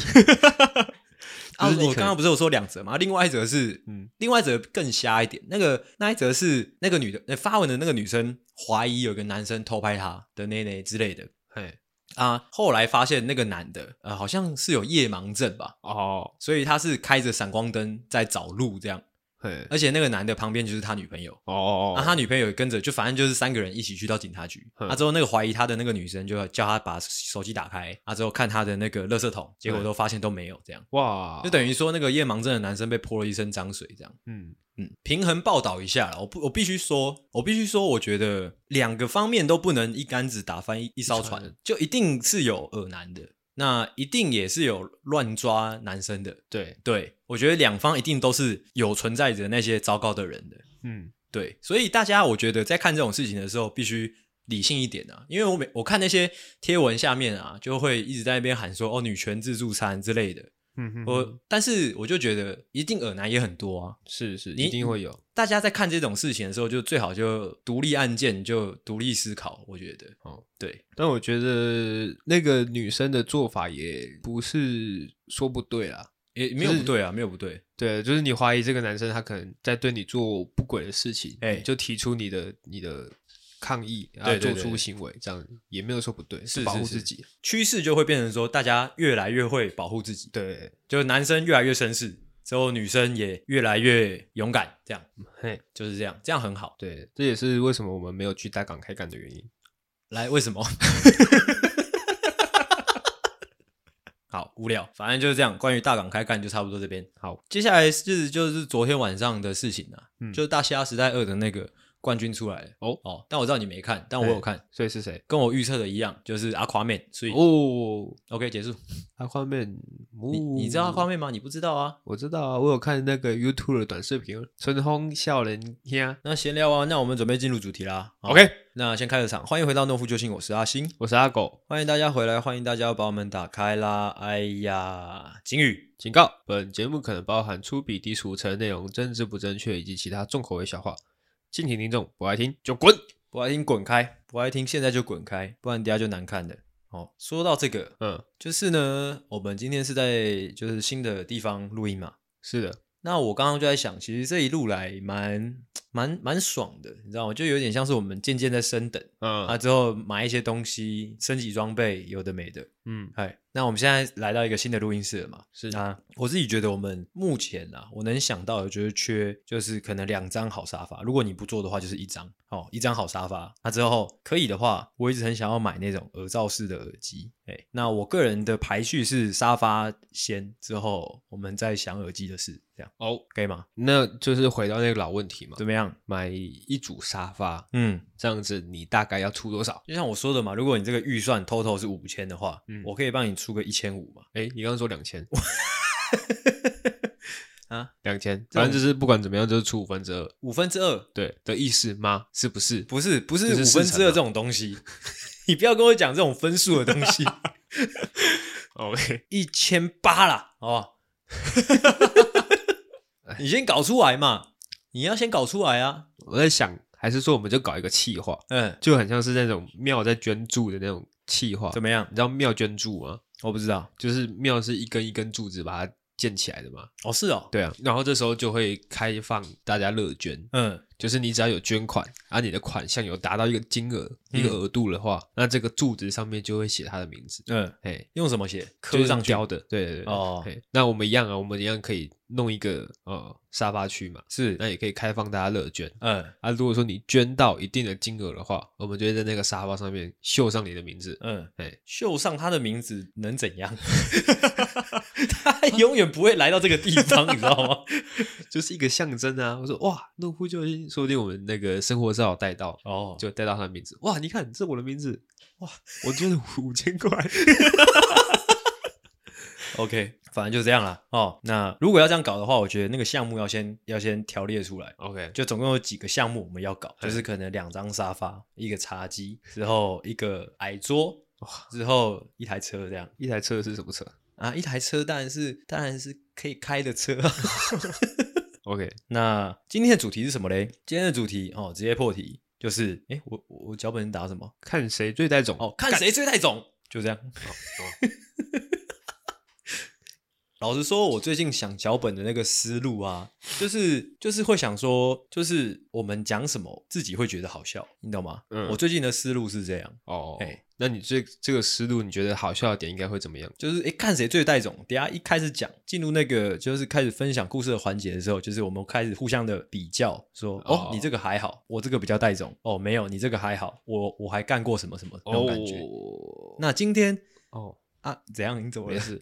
Speaker 1: 啊，
Speaker 2: 不是你
Speaker 1: 我
Speaker 2: 可
Speaker 1: 刚刚不是有说两则吗？另外一则是，
Speaker 2: 嗯
Speaker 1: 嗯，另外一则更瞎一点。那个那一则是那个女的、呃发文的那个女生怀疑有个男生偷拍她的内内之类的
Speaker 2: 嘿，
Speaker 1: 啊，后来发现那个男的呃好像是有夜盲症吧，
Speaker 2: *laughs* 哦，
Speaker 1: 所以他是开着闪光灯在找路这样，
Speaker 2: 嘿，
Speaker 1: 而且那个男的旁边就是他女朋友，啊
Speaker 2: 哦
Speaker 1: 那、，他女朋友也跟着，就反正就是三个人一起去到警察局。
Speaker 2: 嗯
Speaker 1: 啊，之后那个怀疑他的那个女生就叫他把手机打开，啊，之后看他的那个垃圾桶，结果
Speaker 2: 嗯
Speaker 1: 都发现都没有，这样
Speaker 2: 哇，
Speaker 1: 就等于说那个夜盲症的男生被泼了一身脏水，这样。
Speaker 2: 嗯，
Speaker 1: 嗯，平衡报道一下啦，我不，我必须说，我必须说，我觉得两个方面都不能一竿子打翻一一艘
Speaker 2: 一船
Speaker 1: 船，就一定是有耳男的，那一定也是有乱抓男生的。
Speaker 2: 对，
Speaker 1: 对，我觉得两方一定都是有存在着那些糟糕的人的。
Speaker 2: 嗯，
Speaker 1: 对，所以大家我觉得在看这种事情的时候，必须理性一点啊，因为我每我看那些贴文下面啊，就会一直在那边喊说哦女权自助餐之类的，
Speaker 2: 嗯哼，
Speaker 1: 我、
Speaker 2: 嗯
Speaker 1: 但是我就觉得一定耳男也很多啊，
Speaker 2: 是是
Speaker 1: 你
Speaker 2: 一定会有
Speaker 1: 大家在看这种事情的时候，就最好就独立案件就独立思考，我觉得
Speaker 2: 哦。
Speaker 1: 对，
Speaker 2: 但我觉得那个女生的做法也不是说不对啦，
Speaker 1: 也没有
Speaker 2: 就是
Speaker 1: 不对啊，没有不对，
Speaker 2: 对，就是你怀疑这个男生他可能在对你做不轨的事情，
Speaker 1: 哎
Speaker 2: 你就提出你的你的抗议，然后
Speaker 1: 对对
Speaker 2: 做
Speaker 1: 对
Speaker 2: 出行为，这样也没有说不对，
Speaker 1: 是
Speaker 2: 保护
Speaker 1: 是是
Speaker 2: 自己。
Speaker 1: 趋势就会变成说大家越来越会保护自己，
Speaker 2: 对，
Speaker 1: 就是男生越来越绅士，之后女生也越来越勇敢，这样
Speaker 2: 嘿，
Speaker 1: 就是这样，这样很好。
Speaker 2: 对，这也是为什么我们没有去大港开干的原因。
Speaker 1: 来，为什么？ *laughs* 好无聊，反正就是这样。关于大港开干就差不多这边。
Speaker 2: 好，
Speaker 1: 接下来是就是昨天晚上的事情啊，
Speaker 2: 嗯
Speaker 1: 就是大西亚时代二的那个冠军出来了。
Speaker 2: 哦
Speaker 1: 哦，但我知道你没看，但我有看，
Speaker 2: 所以是谁？
Speaker 1: 跟我预测的一样，就是阿夸妹。所以、
Speaker 2: 哦，
Speaker 1: OK 结束。
Speaker 2: 阿宽面，
Speaker 1: 你
Speaker 2: 哦
Speaker 1: 你知道阿夸？妹吗？你不知道啊？
Speaker 2: 我知道啊，我有看那个 YouTube 的短视频，春风笑人呀。
Speaker 1: 那闲聊啊，那我们准备进入主题啦。好
Speaker 2: OK，
Speaker 1: 那先开个场，欢迎回到诺夫救星，我是阿星，
Speaker 2: 我是阿狗，
Speaker 1: 欢迎大家回来，欢迎大家把我们打开啦。哎呀，景宇，
Speaker 2: 警告：本节目可能包含粗鄙、低俗、成人内容、政治不正确以及其他重口味笑话，敬请听众不爱听就滚。
Speaker 1: 不爱听滚开，不爱听现在就滚开，不然等下就难看的。哦，说到这个，
Speaker 2: 嗯，
Speaker 1: 就是呢，我们今天是在就是新的地方录音嘛。
Speaker 2: 是的，
Speaker 1: 那我刚刚就在想，其实这一路来蛮蛮蛮爽的，你知道吗？就有点像是我们渐渐在升等
Speaker 2: 嗯
Speaker 1: 啊，之后买一些东西，升级装备，有的没的。
Speaker 2: 嗯，
Speaker 1: 哎，那我们现在来到一个新的录音室了嘛？
Speaker 2: 是
Speaker 1: 啊，我自己觉得我们目前啊，我能想到的就是缺，就是可能两张好沙发。如果你不做的话，就是一张哦，一张好沙发。那之后可以的话，我一直很想要买那种耳罩式的耳机。哎，那我个人的排序是沙发先，之后我们再想耳机的事，这样
Speaker 2: 哦，
Speaker 1: 可以吗？
Speaker 2: 那就是回到那个老问题嘛，
Speaker 1: 怎么样？
Speaker 2: 买一组沙发，
Speaker 1: 嗯，
Speaker 2: 这样子你大概要出多少？
Speaker 1: 就像我说的嘛，如果你这个预算 total 是五千的话，
Speaker 2: 嗯
Speaker 1: 我可以帮你出个一千五嘛。
Speaker 2: 哎，你刚刚说两千
Speaker 1: *laughs* 啊，
Speaker 2: 两千，
Speaker 1: 这种
Speaker 2: 反正就是不管怎么样，就是出五分之二，
Speaker 1: 五分之二
Speaker 2: 对的意思吗？是不是？
Speaker 1: 不是不是
Speaker 2: 这是
Speaker 1: 五
Speaker 2: 市
Speaker 1: 分
Speaker 2: 场
Speaker 1: 之二
Speaker 2: 啊
Speaker 1: 这种东西， *laughs* 你不要跟我讲这种分数的东
Speaker 2: *laughs*
Speaker 1: 西，
Speaker 2: ，OK，
Speaker 1: 一千八啦，好不好？
Speaker 2: *laughs*
Speaker 1: 你先搞出来嘛，你要先搞出来啊，
Speaker 2: 我在想，还是说我们就搞一个气化，
Speaker 1: 嗯，
Speaker 2: 就很像是那种庙在捐助的那种气化，
Speaker 1: 怎么样
Speaker 2: 你？知道庙捐柱吗？
Speaker 1: 我不知道，
Speaker 2: 就是庙是一根一根柱子把它建起来的嘛。
Speaker 1: 哦是哦，
Speaker 2: 对啊，然后这时候就会开放大家乐捐，
Speaker 1: 嗯，
Speaker 2: 就是你只要有捐款，啊，你的款项有达到一个金额、一个额度的话，那这个柱子上面就会写他的名字，
Speaker 1: 嗯，
Speaker 2: 哎，
Speaker 1: 用什么写？
Speaker 2: 就
Speaker 1: 刻
Speaker 2: 是
Speaker 1: 上去
Speaker 2: 雕的，对对对，
Speaker 1: 哦
Speaker 2: 嘿那我们一样啊，我们一样可以弄一个呃沙发区嘛，
Speaker 1: 是，
Speaker 2: 那也可以开放大家乐捐。
Speaker 1: 嗯
Speaker 2: 啊，如果说你捐到一定的金额的话，我们就会在那个沙发上面绣上你的名字，
Speaker 1: 嗯，
Speaker 2: 哎，
Speaker 1: 绣上他的名字能怎样？ *laughs* 他永远不会来到这个地方，你知道吗？
Speaker 2: 就是一个象征啊。我说哇，怒呼救星，说不定我们那个生活照带到，
Speaker 1: 哦，
Speaker 2: 就带到他的名字。哇，你看，这是我的名字。哇，我捐了五千块。
Speaker 1: OK，反正就这样啦。哦，那如果要这样搞的话，我觉得那个项目要先要先条列出来，
Speaker 2: *laughs* OK，
Speaker 1: 就总共有几个项目我们要搞，就是可能两张沙发、一个茶几，之后一个矮桌，之后一台车这样
Speaker 2: *laughs* 一台车是什么车
Speaker 1: 啊，一台车当然是当然是可以开的车。 *laughs*
Speaker 2: ？OK，
Speaker 1: 那今天的主题是什么嘞？今天的主题哦，直接破题，就是诶，我我我脚本是打什么？
Speaker 2: 看谁最带种。
Speaker 1: 哦，看谁最带种，就这样。 *laughs*
Speaker 2: 哦
Speaker 1: 老实说，我最近想脚本的那个思路啊，就是就是会想说，就是我们讲什么自己会觉得好笑，你懂吗？
Speaker 2: 嗯
Speaker 1: 我最近的思路是这样，
Speaker 2: *laughs* 哦，
Speaker 1: 哎
Speaker 2: 那你这这个思路，你觉得好笑的点应该会怎么样？
Speaker 1: 就是诶，看谁最带种。等一下一开始讲进入那个就是开始分享故事的环节的时候，就是我们开始互相的比较，说哦
Speaker 2: 哦
Speaker 1: 你这个还好，我这个比较带种。哦，没有，你这个还好，我我还干过什么什么那种感觉。那今天
Speaker 2: 哦，
Speaker 1: 啊，怎样？你怎么
Speaker 2: 没
Speaker 1: 了？ *laughs*
Speaker 2: 事。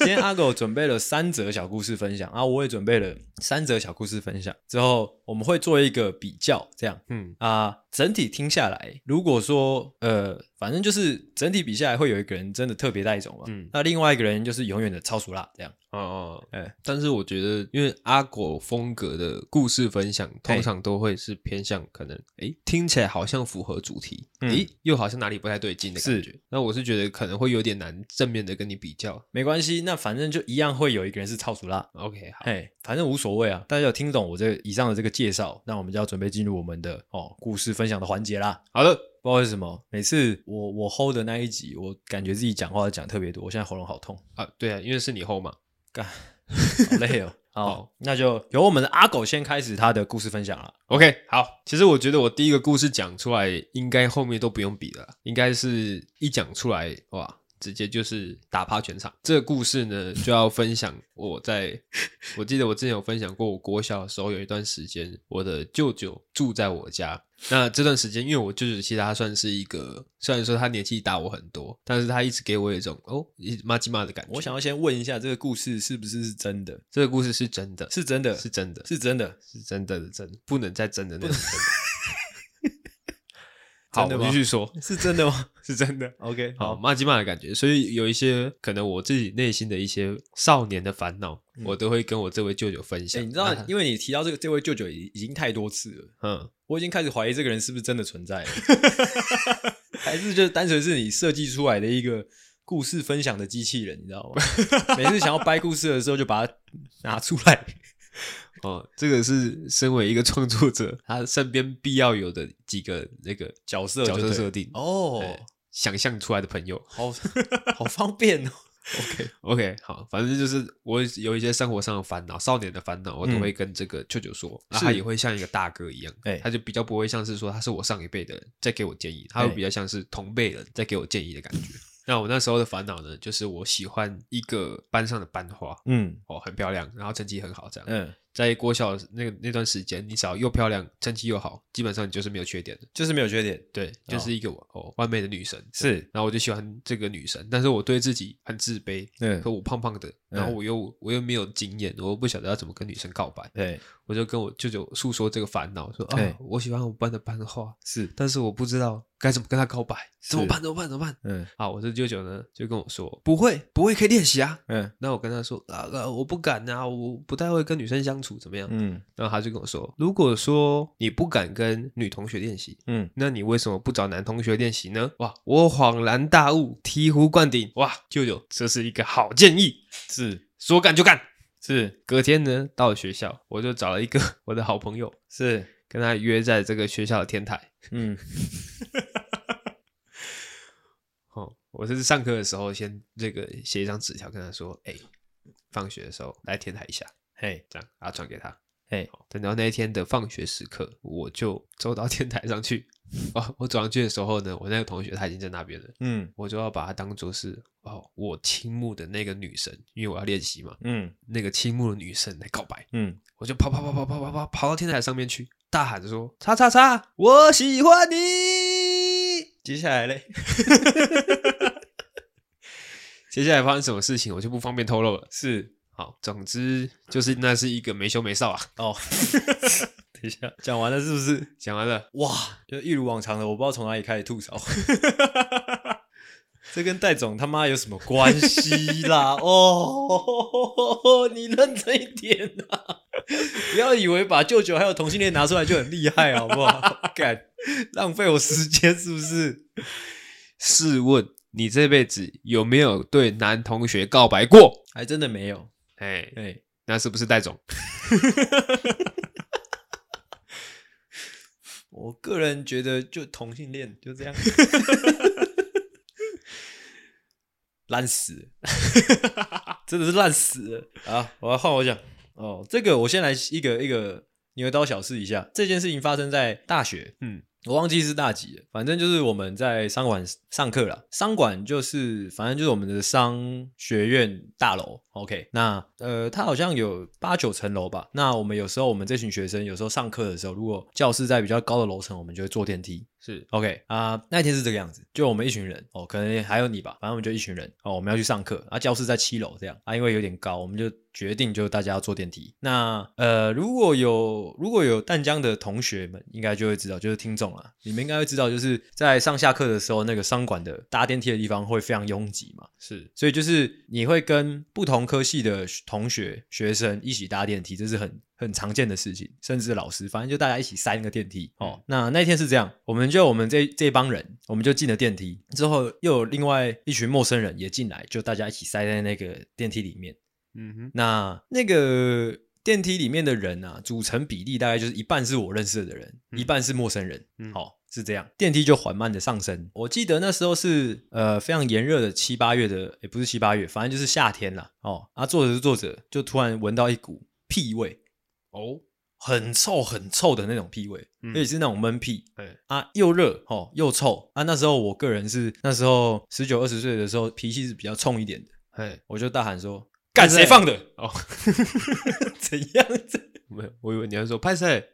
Speaker 1: 今天阿狗准备了三则小故事分享，啊，我也准备了三则小故事分享。之后我们会做一个比较，这样
Speaker 2: 嗯，
Speaker 1: 啊，整体听下来，如果说呃，反正就是整体比下来，会有一个人真的特别带种嘛，
Speaker 2: 嗯
Speaker 1: 那另外一个人就是永远的超熟辣这样。
Speaker 2: 哦哦，
Speaker 1: 哎
Speaker 2: 但是我觉得，因为阿狗风格的故事分享，通常都会是偏向可能，诶，听起来好像符合主题，
Speaker 1: 嗯
Speaker 2: 诶，又好像哪里不太对劲的感觉。那我是觉得可能会有点难正面的跟你比较。
Speaker 1: 没关系，那反正就一样会有一个人是超熟辣，
Speaker 2: OK，好，
Speaker 1: 哎，反正无所谓啊。大家有听懂我这以上的这个介绍，那我们就要准备进入我们的哦故事分享的环节啦。
Speaker 2: 好的，
Speaker 1: 不知道为什么，每次我我 hold 的那一集，我感觉自己讲话讲特别多，我现在喉咙好痛，
Speaker 2: 啊，对啊，因为是你后嘛，
Speaker 1: 好累哦。好，那就由我们的阿狗先开始他的故事分享了。
Speaker 2: OK，好，其实我觉得我第一个故事讲出来，应该后面都不用比了，应该是一讲出来，哇，直接就是打趴全场。这个故事呢，就要分享我在， *laughs* 我记得我之前有分享过，我国小的时候有一段时间，我的舅舅住在我家。那这段时间，因为我舅舅其实他算是一个，虽然说他年纪大我很多，但是他一直给我一种哦，一妈鸡妈的感觉。
Speaker 1: 我想要先问一下，这个故事是不是是真的？
Speaker 2: 这个故事是真的，
Speaker 1: 是真的，
Speaker 2: 是真的，
Speaker 1: 是真的。
Speaker 2: 是真的的真，不能再真的那种真的。
Speaker 1: *laughs*
Speaker 2: 好，
Speaker 1: 真的吗
Speaker 2: 我继续说，
Speaker 1: *laughs* 是真的吗
Speaker 2: 是真的。
Speaker 1: ？OK，
Speaker 2: 好，，骂鸡骂的感觉，所以有一些可能我自己内心的一些少年的烦恼，我都会跟我这位舅舅分
Speaker 1: 哎、
Speaker 2: 享。
Speaker 1: 嗯你知道
Speaker 2: 那，他
Speaker 1: 因为你提到这个这位舅舅已已经太多次了，
Speaker 2: 嗯，
Speaker 1: 我已经开始怀疑这个人是不是真的存 *laughs* 在了，还是就是单纯是你设计出来的一个故事分享的机器人，你知道吗？每次想要掰故事的时候，就把它拿出来。
Speaker 2: 哦，这个是身为一个创作者，他身边必要有的几个那个
Speaker 1: 角色
Speaker 2: 角
Speaker 1: 就
Speaker 2: 色
Speaker 1: 对
Speaker 2: 设定，
Speaker 1: 哦
Speaker 2: 对，想象出来的朋友。
Speaker 1: 好 *laughs* 好方便哦。OK，
Speaker 2: OK，好，反正就是我有一些生活上的烦恼，少年的烦恼，我都
Speaker 1: 嗯
Speaker 2: 会跟这个舅舅说，那、
Speaker 1: 是
Speaker 2: 他也会像一个大哥一样，
Speaker 1: 哎
Speaker 2: 他就比较不会像是说他是我上一辈的人在给我建议，他会
Speaker 1: 哎
Speaker 2: 比较像是同辈人在给我建议的感觉。那我那时候的烦恼呢，就是我喜欢一个班上的班花，
Speaker 1: 嗯
Speaker 2: 哦，很漂亮，然后成绩很好，这样。
Speaker 1: 嗯，
Speaker 2: 在国小那个那段时间，你只要又漂亮，成绩又好，基本上你就是没有缺点的，
Speaker 1: 就是没有缺点，
Speaker 2: 对，就是一个哦完美的女神。
Speaker 1: 是
Speaker 2: 然后我就喜欢这个女生，但是我对自己很自卑，
Speaker 1: 嗯
Speaker 2: 可我胖胖的，然后我又我又没有经验，我又不晓得要怎么跟女生告白，
Speaker 1: 对
Speaker 2: 我就跟我舅舅诉说这个烦恼，说
Speaker 1: 嗯对
Speaker 2: 啊，我喜欢我班的班花，
Speaker 1: 是
Speaker 2: 但是我不知道该怎么跟她告白，怎么办？怎么办？怎么办？
Speaker 1: 嗯
Speaker 2: 啊，我这舅舅呢就跟我说，不会，不会，可以练习啊。
Speaker 1: 嗯
Speaker 2: 那我跟他说啊啊，我不敢啊，我不太会跟女生相处，怎么样？
Speaker 1: 嗯
Speaker 2: 然后他就跟我说，如果说你不敢跟女同学练习，
Speaker 1: 嗯，
Speaker 2: 那你为什么不找男同学练习呢？哇，我恍然大悟，醍醐灌顶！哇，舅舅，这是一个好建议，
Speaker 1: 是
Speaker 2: 说干就干。
Speaker 1: 是
Speaker 2: 隔天呢，到了学校，我就找了一个 *laughs* 我的好朋友，
Speaker 1: 是，
Speaker 2: 跟他约在这个学校的天台。
Speaker 1: 嗯
Speaker 2: 哦，我是上课的时候先这个写一张纸条，跟他说，哎、放学的时候来天台一下，
Speaker 1: 嘿
Speaker 2: 这样啊，传给他。
Speaker 1: 嘿
Speaker 2: 好等到那一天的放学时刻，我就走到天台上去。 *laughs* 哦，我走上去的时候呢，我那个同学他已经在那边了。
Speaker 1: 嗯
Speaker 2: 我就要把它当做是哦，我倾慕的那个女神，因为我要练习嘛，
Speaker 1: 嗯
Speaker 2: 那个倾慕的女神来告白，
Speaker 1: 嗯，
Speaker 2: 我就跑跑跑跑跑跑跑跑到天台上面去，大喊着说：“叉叉叉，我喜欢你。
Speaker 1: 接下来
Speaker 2: *laughs*
Speaker 1: 嘞”
Speaker 2: 接下来发生什么事情，我就不方便透露了。
Speaker 1: 是
Speaker 2: 好，总之就是那是一个没羞没臊啊。
Speaker 1: 哦， *laughs* 等一下讲完了是不是？
Speaker 2: 讲完了，
Speaker 1: 哇，就一如往常的，我不知道从哪里开始吐槽。 *laughs* 这跟戴总他妈有什么关系啦？哦， *laughs* 你认真一点啊！不要以为把舅舅还有同性恋拿出来就很厉害，好不好？ *laughs* 干，浪费我时间是不是？
Speaker 2: 试问你这辈子有没有对男同学告白过？
Speaker 1: 还真的没有。
Speaker 2: 哎，
Speaker 1: 哎、
Speaker 2: 那是不是戴总？
Speaker 1: 我个人觉得就同性恋就这样，烂死了，真的是烂死了啊！我要换我讲哦，这个我先来一个一个牛刀小试一下。这件事情发生在大学，
Speaker 2: 嗯，
Speaker 1: 我忘记是大几了，反正就是我们在商管上课啦。商管就是反正就是我们的商学院大楼。OK，那呃，它好像有八九层楼吧。那我们有时候我们这群学生有时候上课的时候，如果教室在比较高的楼层，我们就会坐电梯。
Speaker 2: 是
Speaker 1: OK 啊、那一天是这个样子，就我们一群人哦，可能还有你吧，反正我们就一群人哦，我们要去上课啊，教室在七楼这样啊，因为有点高，我们就决定就大家要坐电梯。那呃，如果有如果有淡江的同学们，应该就会知道，就是听众啦，你们应该会知道，就是在上下课的时候，那个商管的搭电梯的地方会非常拥挤嘛，
Speaker 2: 是
Speaker 1: 所以就是你会跟不同科系的同学、学生一起搭电梯，这是很很常见的事情，甚至老师，反正就大家一起塞那个电梯。哦，那那天是这样，我们就我们这这帮人，我们就进了电梯之后，又有另外一群陌生人也进来，就大家一起塞在那个电梯里面。
Speaker 2: 嗯哼，
Speaker 1: 那那个电梯里面的人啊，组成比例大概就是一半是我认识的人，
Speaker 2: 嗯
Speaker 1: 一半是陌生人。
Speaker 2: 嗯
Speaker 1: 好、是这样，电梯就缓慢的上升。我记得那时候是呃非常炎热的七八月的，也不是七八月，反正就是夏天啦。哦，啊坐着坐着就突然闻到一股屁味，
Speaker 2: 哦，
Speaker 1: 很臭很臭的那种屁味，
Speaker 2: 嗯
Speaker 1: 而且是那种闷屁。
Speaker 2: 哎，
Speaker 1: 啊，又热哦，又臭啊！那时候我个人是那时候十九二十岁的时候，脾气是比较冲一点的，
Speaker 2: 哎，
Speaker 1: 我就大喊说：“干
Speaker 2: 是
Speaker 1: 谁放的？ *laughs*
Speaker 2: *laughs* 哦，
Speaker 1: 怎样？” *laughs* 怎
Speaker 2: 没有，我以为你要说拍谁？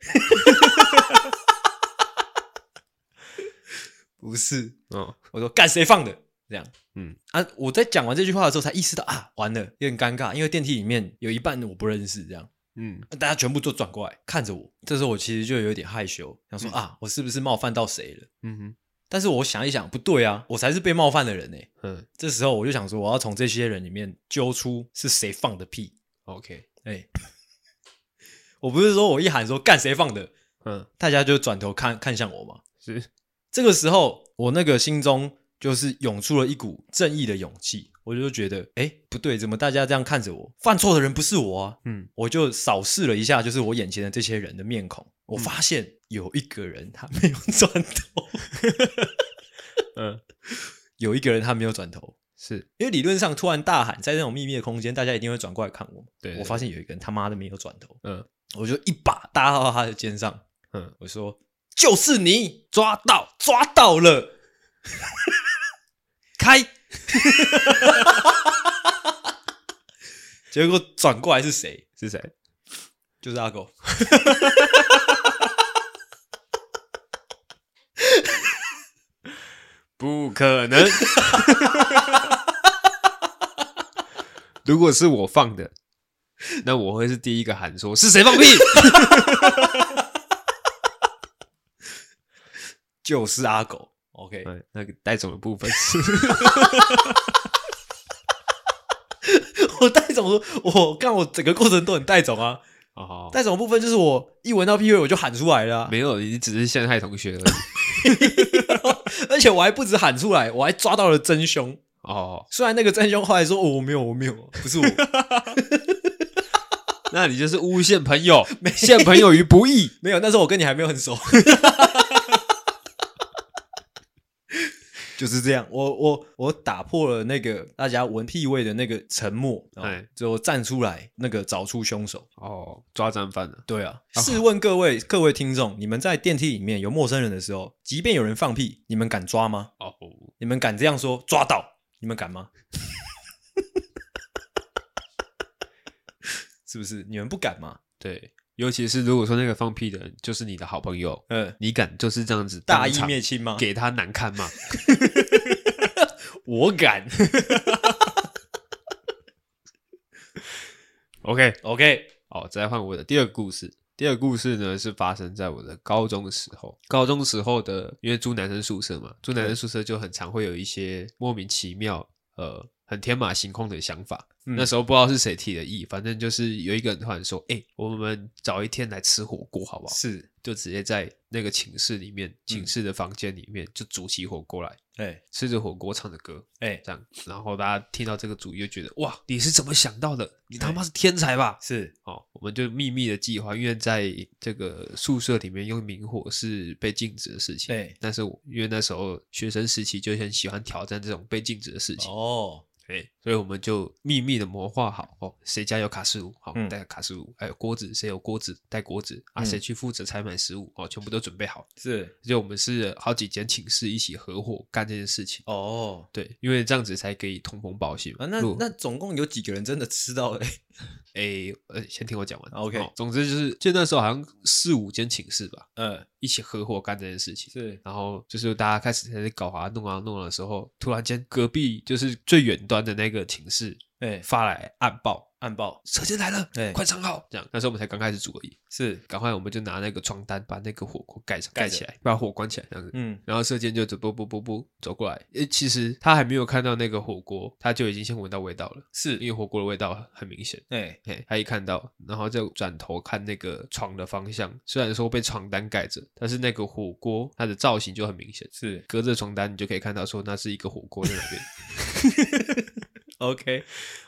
Speaker 1: 不是，
Speaker 2: 哦，
Speaker 1: 我说干谁放的？这样，
Speaker 2: 嗯
Speaker 1: 啊，我在讲完这句话的时候才意识到啊，完了，有点尴尬，因为电梯里面有一半我不认识，这样啊
Speaker 2: 嗯，
Speaker 1: 大家全部都转过来看着我，这时候我其实就有点害羞，想说、
Speaker 2: 嗯
Speaker 1: 啊，我是不是冒犯到谁了？
Speaker 2: 嗯哼，
Speaker 1: 但是我想一想，不对啊，我才是被冒犯的人呢、
Speaker 2: 嗯
Speaker 1: 这时候我就想说，我要从这些人里面揪出是谁放的屁。
Speaker 2: ，OK，
Speaker 1: 哎、我不是说我一喊说干谁放的，
Speaker 2: 嗯，
Speaker 1: 大家就转头看看向我嘛。
Speaker 2: 是，
Speaker 1: 这个时候，我那个心中就是涌出了一股正义的勇气，我就觉得，哎，不对，怎么大家这样看着我？犯错的人不是我啊！
Speaker 2: 嗯，
Speaker 1: 我就扫视了一下，就是我眼前的这些人的面孔，我发现有一个人他没有 *laughs* 转头，
Speaker 2: 嗯，
Speaker 1: 有一个人他没有转头。
Speaker 2: 是，
Speaker 1: 因为理论上突然大喊，在那种秘密的空间，大家一定会转过来看我嘛。
Speaker 2: 对对
Speaker 1: 我发现有一个人他妈的没有转头，
Speaker 2: 嗯
Speaker 1: 我就一把搭到他的肩上，
Speaker 2: 嗯，
Speaker 1: 我说：“就是你，抓到，抓到了，开！” *laughs* 结果转过来是谁？
Speaker 2: 是谁？
Speaker 1: 就是阿狗。
Speaker 2: 不可能。 *laughs* 如果是我放的，那我会是第一个喊说是谁放 *laughs* 屁。
Speaker 1: 就是阿狗。OK，
Speaker 2: 嗯，那个带走的部分 *laughs* 是，
Speaker 1: 我带走，我干我整个过程都很带走啊。
Speaker 2: 哦，
Speaker 1: 带走的部分就是我一闻到屁味我就喊出来了啊、
Speaker 2: 没有，你只是陷害同学而已。
Speaker 1: 而且我还不止喊出来，我还抓到了真凶。
Speaker 2: *laughs* 哦，
Speaker 1: 虽然那个真凶后来说：“哦，我没有，我没有，不是我。
Speaker 2: 那你就是诬陷朋友，陷朋友于不 *laughs* 义”。
Speaker 1: 没有，那时候我跟你还没有很熟。 *laughs* 就是这样，我我我打破了那个大家闻屁味的那个沉默，
Speaker 2: 哎
Speaker 1: 哎，之后站出来，那个找出凶手。
Speaker 2: 哦，抓战犯了。
Speaker 1: 对啊，试问各位各位听众，你们在电梯里面有陌生人的时候，即便有人放屁，你们敢抓吗？
Speaker 2: 哦，
Speaker 1: 你们敢这样说抓到？你们敢吗？ *laughs* 是不是？你们不敢吗？
Speaker 2: 对，尤其是如果说那个放屁的人就是你的好朋友，
Speaker 1: 嗯，
Speaker 2: 你敢就是这样子
Speaker 1: 大
Speaker 2: 当
Speaker 1: 义
Speaker 2: 场
Speaker 1: 灭亲吗？
Speaker 2: 给他难看吗？
Speaker 1: *laughs* 我敢。
Speaker 2: *laughs* OK，
Speaker 1: OK，
Speaker 2: 哦，再换我的第二个故事。第二个故事呢是发生在我的高中的时候。高中时候的，因为住男生宿舍嘛，住男生宿舍就很常会有一些莫名其妙、呃，很天马行空的想法。
Speaker 1: 嗯
Speaker 2: *laughs* 那时候不知道是谁提的意，反正就是有一个人突然说：“哎、我们找一天来吃火锅好不
Speaker 1: 嗯
Speaker 2: 好
Speaker 1: 是，？”
Speaker 2: 就直接在那个寝室里面，寝室的房间里面就煮起火锅来，
Speaker 1: 哎
Speaker 2: 吃着火锅，唱着歌，
Speaker 1: 哎，
Speaker 2: 这样。然后大家听到这个主意就觉得：“哇，你是怎么想到的？你他妈是天才吧？”
Speaker 1: 是
Speaker 2: 哦，我们就秘密的计划，因为在这个宿舍里面用明火是被禁止的事情。
Speaker 1: 对
Speaker 2: 但是我因为那时候学生时期就很喜欢挑战这种被禁止的事情，
Speaker 1: 哦，
Speaker 2: 对、所以我们就秘密的谋划好，哦，谁家有卡式炉，好、
Speaker 1: 嗯
Speaker 2: 带卡式炉，还有锅子，谁有锅子带锅子啊，
Speaker 1: 嗯
Speaker 2: 谁去负责采买食物，哦，全部都准备好。
Speaker 1: 是
Speaker 2: 就我们是好几间寝室一起合伙干这件事情，
Speaker 1: 哦
Speaker 2: 对，因为这样子才可以通风报信嘛。
Speaker 1: 啊，那
Speaker 2: 如果
Speaker 1: 那总共有几个人真的吃到嘞？
Speaker 2: 诶，呃，先听我讲完。
Speaker 1: 啊 OK
Speaker 2: 哦总之就是，就那时候好像四五间寝室吧，
Speaker 1: *laughs* 嗯
Speaker 2: 一起合伙干这件事情。
Speaker 1: 是
Speaker 2: 然后就是大家开始在那搞啊弄啊弄的时候，突然间隔壁就是最远端的那个寝室
Speaker 1: 哎，
Speaker 2: 发来暗报，
Speaker 1: 暗报
Speaker 2: 蛇精来了，
Speaker 1: 对
Speaker 2: 快上号！这样，那时候我们才刚开始煮而已，
Speaker 1: 是，
Speaker 2: 赶快我们就拿那个床单把那个火锅盖上，
Speaker 1: 盖
Speaker 2: 盖
Speaker 1: 着
Speaker 2: 起来，把火关起来，这样子。
Speaker 1: 嗯，
Speaker 2: 然后射箭就走，不不不不，走过来。诶，其实他还没有看到那个火锅，他就已经先闻到味道了，
Speaker 1: 是
Speaker 2: 因为火锅的味道很明显。
Speaker 1: 哎，
Speaker 2: 嘿，他一看到，然后再转头看那个床的方向，虽然说被床单盖着，但是那个火锅它的造型就很明显，
Speaker 1: 是
Speaker 2: 隔着床单你就可以看到说那是一个火锅在
Speaker 1: *laughs*
Speaker 2: 那边。
Speaker 1: OK，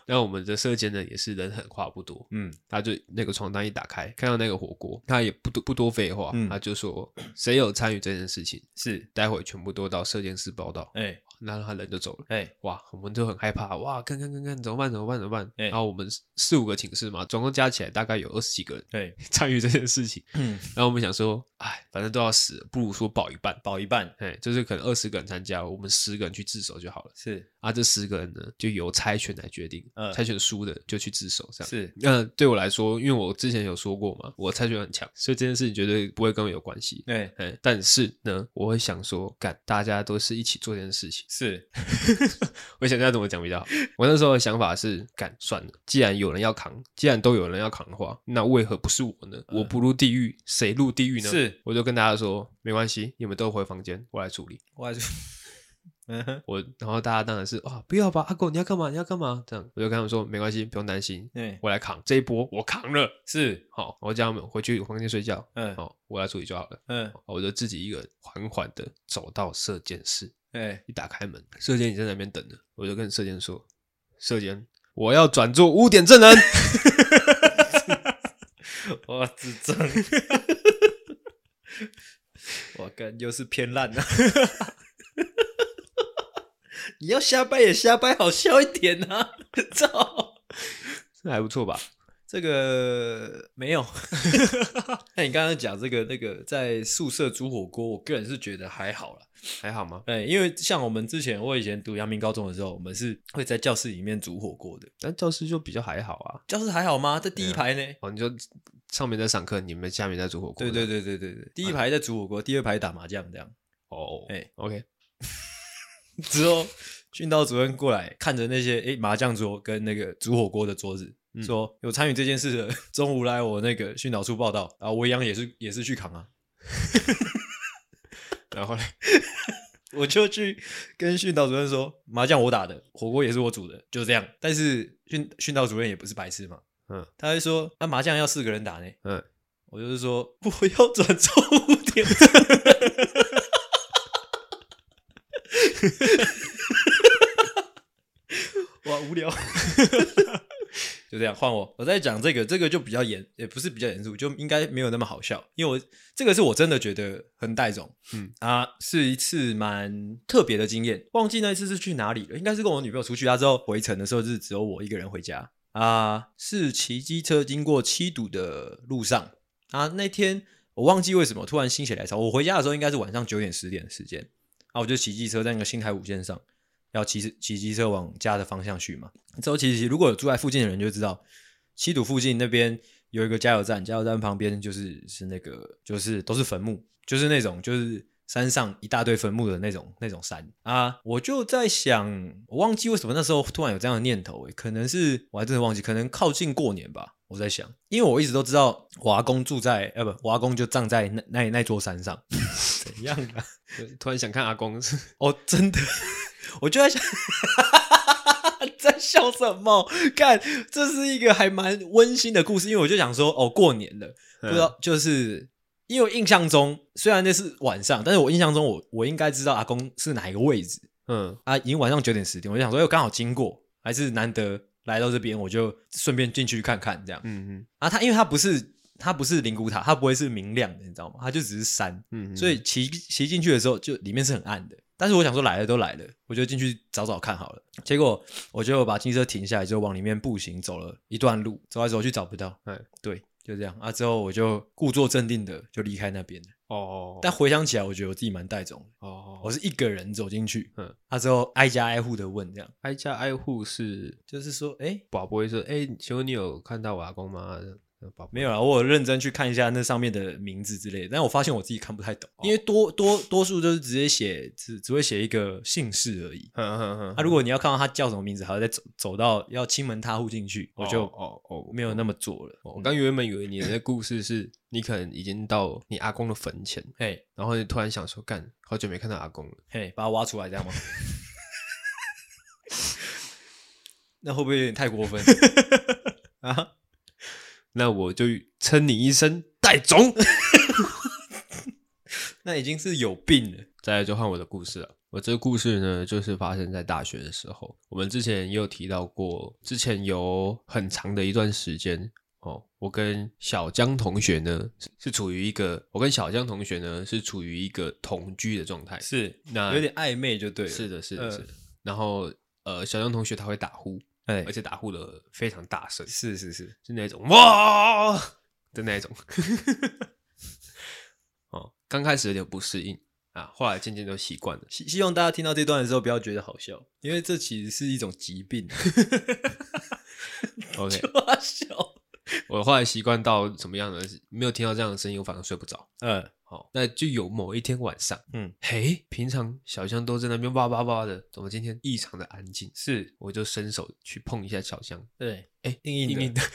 Speaker 2: 那我们的射箭呢也是人狠话不多，
Speaker 1: 嗯，
Speaker 2: 他就那个床单一打开，看到那个火锅，他也不多不多废话，
Speaker 1: 嗯
Speaker 2: 他就说 *coughs* 谁有参与这件事情，
Speaker 1: 是，
Speaker 2: 待会全部都到射箭室报道。
Speaker 1: 哎，
Speaker 2: 然后他人就走了。
Speaker 1: 哎，
Speaker 2: 哇，我们就很害怕，哇，看看看看，怎么办？怎么办？怎么办？
Speaker 1: 哎
Speaker 2: 然后我们四四五个寝室嘛，总共加起来大概有二十几个人
Speaker 1: 对，
Speaker 2: *laughs* 参与这件事情。
Speaker 1: 哎嗯 *coughs*
Speaker 2: 然后我们想说，哎，反正都要死了，不如说保一半。
Speaker 1: 保一半
Speaker 2: 哎，就是可能二十个人参加，我们十个人去自首就好了。
Speaker 1: 是
Speaker 2: 啊，这十个人呢，就由猜拳来决定，
Speaker 1: 嗯
Speaker 2: 猜拳输的就去自首，这样。
Speaker 1: 是，
Speaker 2: 那、对我来说，因为我之前有说过嘛，我猜拳很强，所以这件事情绝对不会跟我有关系。
Speaker 1: 哎，
Speaker 2: 哎，但是呢，我会想说，干，大家都是一起做这件事情。
Speaker 1: 是，
Speaker 2: 我想一下怎么讲比较好。我那时候的想法是，干算了，既然有人要扛，既然都有人要扛的话，那为何不是我呢？我不入地狱，谁入地狱呢？
Speaker 1: 嗯是，
Speaker 2: 我就跟大家说，没关系，你们都回房间，我来处理。
Speaker 1: 我还是， *laughs* 嗯哼，
Speaker 2: 我，然后大家当然是啊，不要吧，阿狗你要干嘛？你要干嘛？这样，我就跟他们说，没关系，不用担心，
Speaker 1: 哎，
Speaker 2: 我来扛这一波，我扛了。
Speaker 1: 是，
Speaker 2: 好，我叫他们回去房间睡觉。
Speaker 1: 嗯
Speaker 2: 好，我来处理就好了。
Speaker 1: 嗯，
Speaker 2: 我就自己一个人缓缓的走到射箭室。
Speaker 1: *laughs* 哎，
Speaker 2: 一打开门，射箭已经在那边等了，我就跟射箭说：“射箭，我要转做污点证人。 *laughs*
Speaker 1: 我智障， *laughs* 我跟又是偏烂啊的。 *laughs* 你要瞎掰也瞎掰，好笑一点呐、啊！ *laughs* 操，”
Speaker 2: 这还不错吧？
Speaker 1: 这个没有。 *laughs* 那你刚刚讲这个那个在宿舍煮火锅，我个人是觉得还好啦。
Speaker 2: 还好吗？
Speaker 1: 哎、因为像我们之前，我以前读阳明高中的时候，我们是会在教室里面煮火锅的。
Speaker 2: 但教师就比较还好啊。
Speaker 1: 教室还好吗？在第一
Speaker 2: 对啊
Speaker 1: 排呢。
Speaker 2: 哦，你说上面在上课，你们下面在煮火锅。
Speaker 1: 对对。对对对对，啊第一排在煮火锅，第二排打麻将这样。 *laughs*
Speaker 2: 哦，
Speaker 1: 哎
Speaker 2: 哎，OK，
Speaker 1: 之后，训导主任过来看着那些诶麻将桌跟那个煮火锅的桌子，
Speaker 2: 嗯
Speaker 1: 说有参与这件事的， *laughs* 中午来我那个训导处报道，然后我一样也是也是去扛啊，
Speaker 2: 然 *laughs* 后嘞，
Speaker 1: 我就去跟训导主任说，麻将我打的，火锅也是我煮的，就这样。但是训训导主任也不是白痴嘛，
Speaker 2: 嗯，
Speaker 1: 他会说，那、麻将要四个人打呢，
Speaker 2: 嗯，
Speaker 1: 我就是说 *laughs* 我要转周五点。哇，无 *laughs* 聊，就这样换我。我在讲这个，这个就比较严，也不是比较严肃，就应该没有那么好笑，因为我这个是我真的觉得很带种，
Speaker 2: 嗯
Speaker 1: 啊，是一次蛮特别的经验。忘记那一次是去哪里了，应该是跟我女朋友出去，她之后回程的时候就是只有我一个人回家啊，是骑机车经过七堵的路上，啊，那天我忘记为什么突然心血来潮，我回家的时候应该是晚上九点十点的时间，啊，我就骑机车在那个新台五线上，要骑骑机车往家的方向去嘛。之后其实如果有住在附近的人就知道，七堵附近那边有一个加油站，加油站旁边就是是那个就是都是坟墓，就是那种就是山上一大堆坟墓的那种那种山啊。我就在想，我忘记为什么那时候突然有这样的念头、欸，可能是我还真的忘记，可能靠近过年吧。我在想，因为我一直都知道华工住在，呃，不，华工就葬在那那那座山上，怎样啊？
Speaker 2: 对突然想看阿公，
Speaker 1: 哦，真的，我就在想，在笑什么？看，这是一个还蛮温馨的故事，因为我就想说，哦，过年了， *laughs* 不知道就是。因为我印象中，虽然那是晚上，但是我印象中我我应该知道阿公是哪一个位置
Speaker 2: 嗯，
Speaker 1: 啊，已经晚上九点十点，我就想说，哎，我刚好经过，还是难得来到这边，我就顺便进去看看这样。
Speaker 2: 嗯嗯
Speaker 1: 啊，它因为它不是它不是灵骨塔，它不会是明亮的，你知道吗？它就只是山，
Speaker 2: 嗯嗯，
Speaker 1: 所以骑骑进去的时候就里面是很暗的。但是我想说来了都来了，我就进去找找看好了。结果我就把机车停下来，就往里面步行走了一段路，走来走去找不到。
Speaker 2: 哎
Speaker 1: 对，就这样啊。之后我就故作镇定的就离开那边了。
Speaker 2: 哦，
Speaker 1: 但回想起来，我觉得我自己蛮带种的。
Speaker 2: 哦，
Speaker 1: 我是一个人走进去，嗯
Speaker 2: 嗯，
Speaker 1: 啊之后挨家挨户的问，这样
Speaker 2: 挨家挨户是
Speaker 1: 就是说，哎、
Speaker 2: 宝宝会说，哎，请问你有看到我阿公吗？宝
Speaker 1: 没有啦，我有认真去看一下那上面的名字之类的，但我发现我自己看不太懂，
Speaker 2: 哦
Speaker 1: 因为多多多数都是直接写只只会写一个姓氏而已。
Speaker 2: 哼哼哼，
Speaker 1: 那、啊如果你要看到他叫什么名字，还要再走走到要亲门踏户进去，我就
Speaker 2: 哦哦哦
Speaker 1: 没有那么做了。
Speaker 2: 我刚原本以为你的故事是你可能已经到你阿公的坟前，
Speaker 1: 嘿，
Speaker 2: 然后你突然想说，干，好久没看到阿公了。
Speaker 1: 嘿，把它挖出来，这样 *laughs* 吗？那会不会有点太过分？ *laughs* 啊，
Speaker 2: 那我就称你一声戴总。
Speaker 1: 那已经是有病了。
Speaker 2: 再来就换我的故事了。我这个故事呢，就是发生在大学的时候。我们之前也有提到过，之前有很长的一段时间哦，我跟小江同学呢是是处于一个，我跟小江同学呢是处于一个同居的状态。
Speaker 1: 是
Speaker 2: 那
Speaker 1: 有点暧昧就对了。
Speaker 2: 是的，是的，
Speaker 1: 呃
Speaker 2: 是的。然后呃，小江同学他会打呼，
Speaker 1: 哎
Speaker 2: 而，且打呼的非常大声，
Speaker 1: 是是是，
Speaker 2: 是那种哇的那种。 *laughs* 哦，刚开始有点不适应啊，后来渐渐都习惯了。
Speaker 1: 希希望大家听到这段的时候不要觉得好笑，因为这其实是一种疾病。啊 *laughs*
Speaker 2: OK，
Speaker 1: 好笑。
Speaker 2: 我后来习惯到怎么样呢？没有听到这样的声音，我反而睡不着。
Speaker 1: 嗯，
Speaker 2: 好，那就有某一天晚上，
Speaker 1: 嗯，
Speaker 2: 嘿，平常小江都在那边哇哇哇的，怎么今天异常的安静？
Speaker 1: 是
Speaker 2: 我就伸手去碰一下小江，
Speaker 1: 对，
Speaker 2: 哎，
Speaker 1: 硬硬的
Speaker 2: 硬硬的，
Speaker 1: *laughs*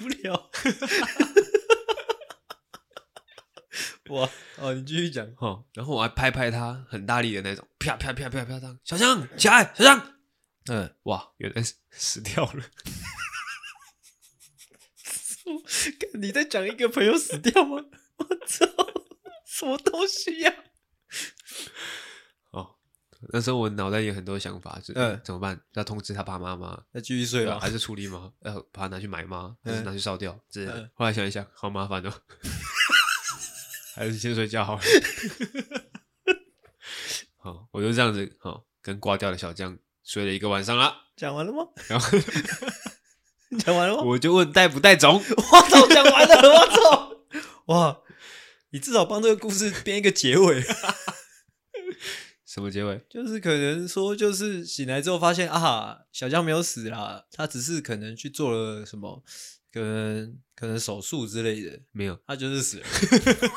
Speaker 1: 无聊。 *laughs* 哇哦，你继续 *laughs* 讲。
Speaker 2: 哦，然后我还拍拍他，很大力的那种，啪啪啪啪啪啪，小江起来，小江，
Speaker 1: 嗯，
Speaker 2: 哇，原来是死掉了。
Speaker 1: 你在讲一个朋友死掉吗？我操，什么东西呀、
Speaker 2: 哦，那时候我脑袋里有很多想法，就是、哎
Speaker 1: 嗯
Speaker 2: 怎么办？要通知他爸妈吗？
Speaker 1: 那继续睡
Speaker 2: 对吧？
Speaker 1: 吧
Speaker 2: 还。是处理吗？要把它拿去埋吗？还是
Speaker 1: 嗯
Speaker 2: 拿去烧掉之类的
Speaker 1: 嗯？
Speaker 2: 后来想一想，好麻烦
Speaker 1: *laughs*
Speaker 2: 哦，还是先睡觉好了。好，我就这样子，好，跟挂掉的小江睡了一个晚上啦。
Speaker 1: 讲完了吗？
Speaker 2: 然后
Speaker 1: *laughs* 讲完了吗？
Speaker 2: 我就问带不带种，
Speaker 1: 我操，讲完了，我操！ *laughs* 哇，你至少帮这个故事编一个结尾。
Speaker 2: 什么结尾？
Speaker 1: 就是可能说，就是醒来之后发现啊，小江没有死啦，他只是可能去做了什么，可能可能手术之类的，
Speaker 2: 没有，
Speaker 1: 他就是死了。 *laughs*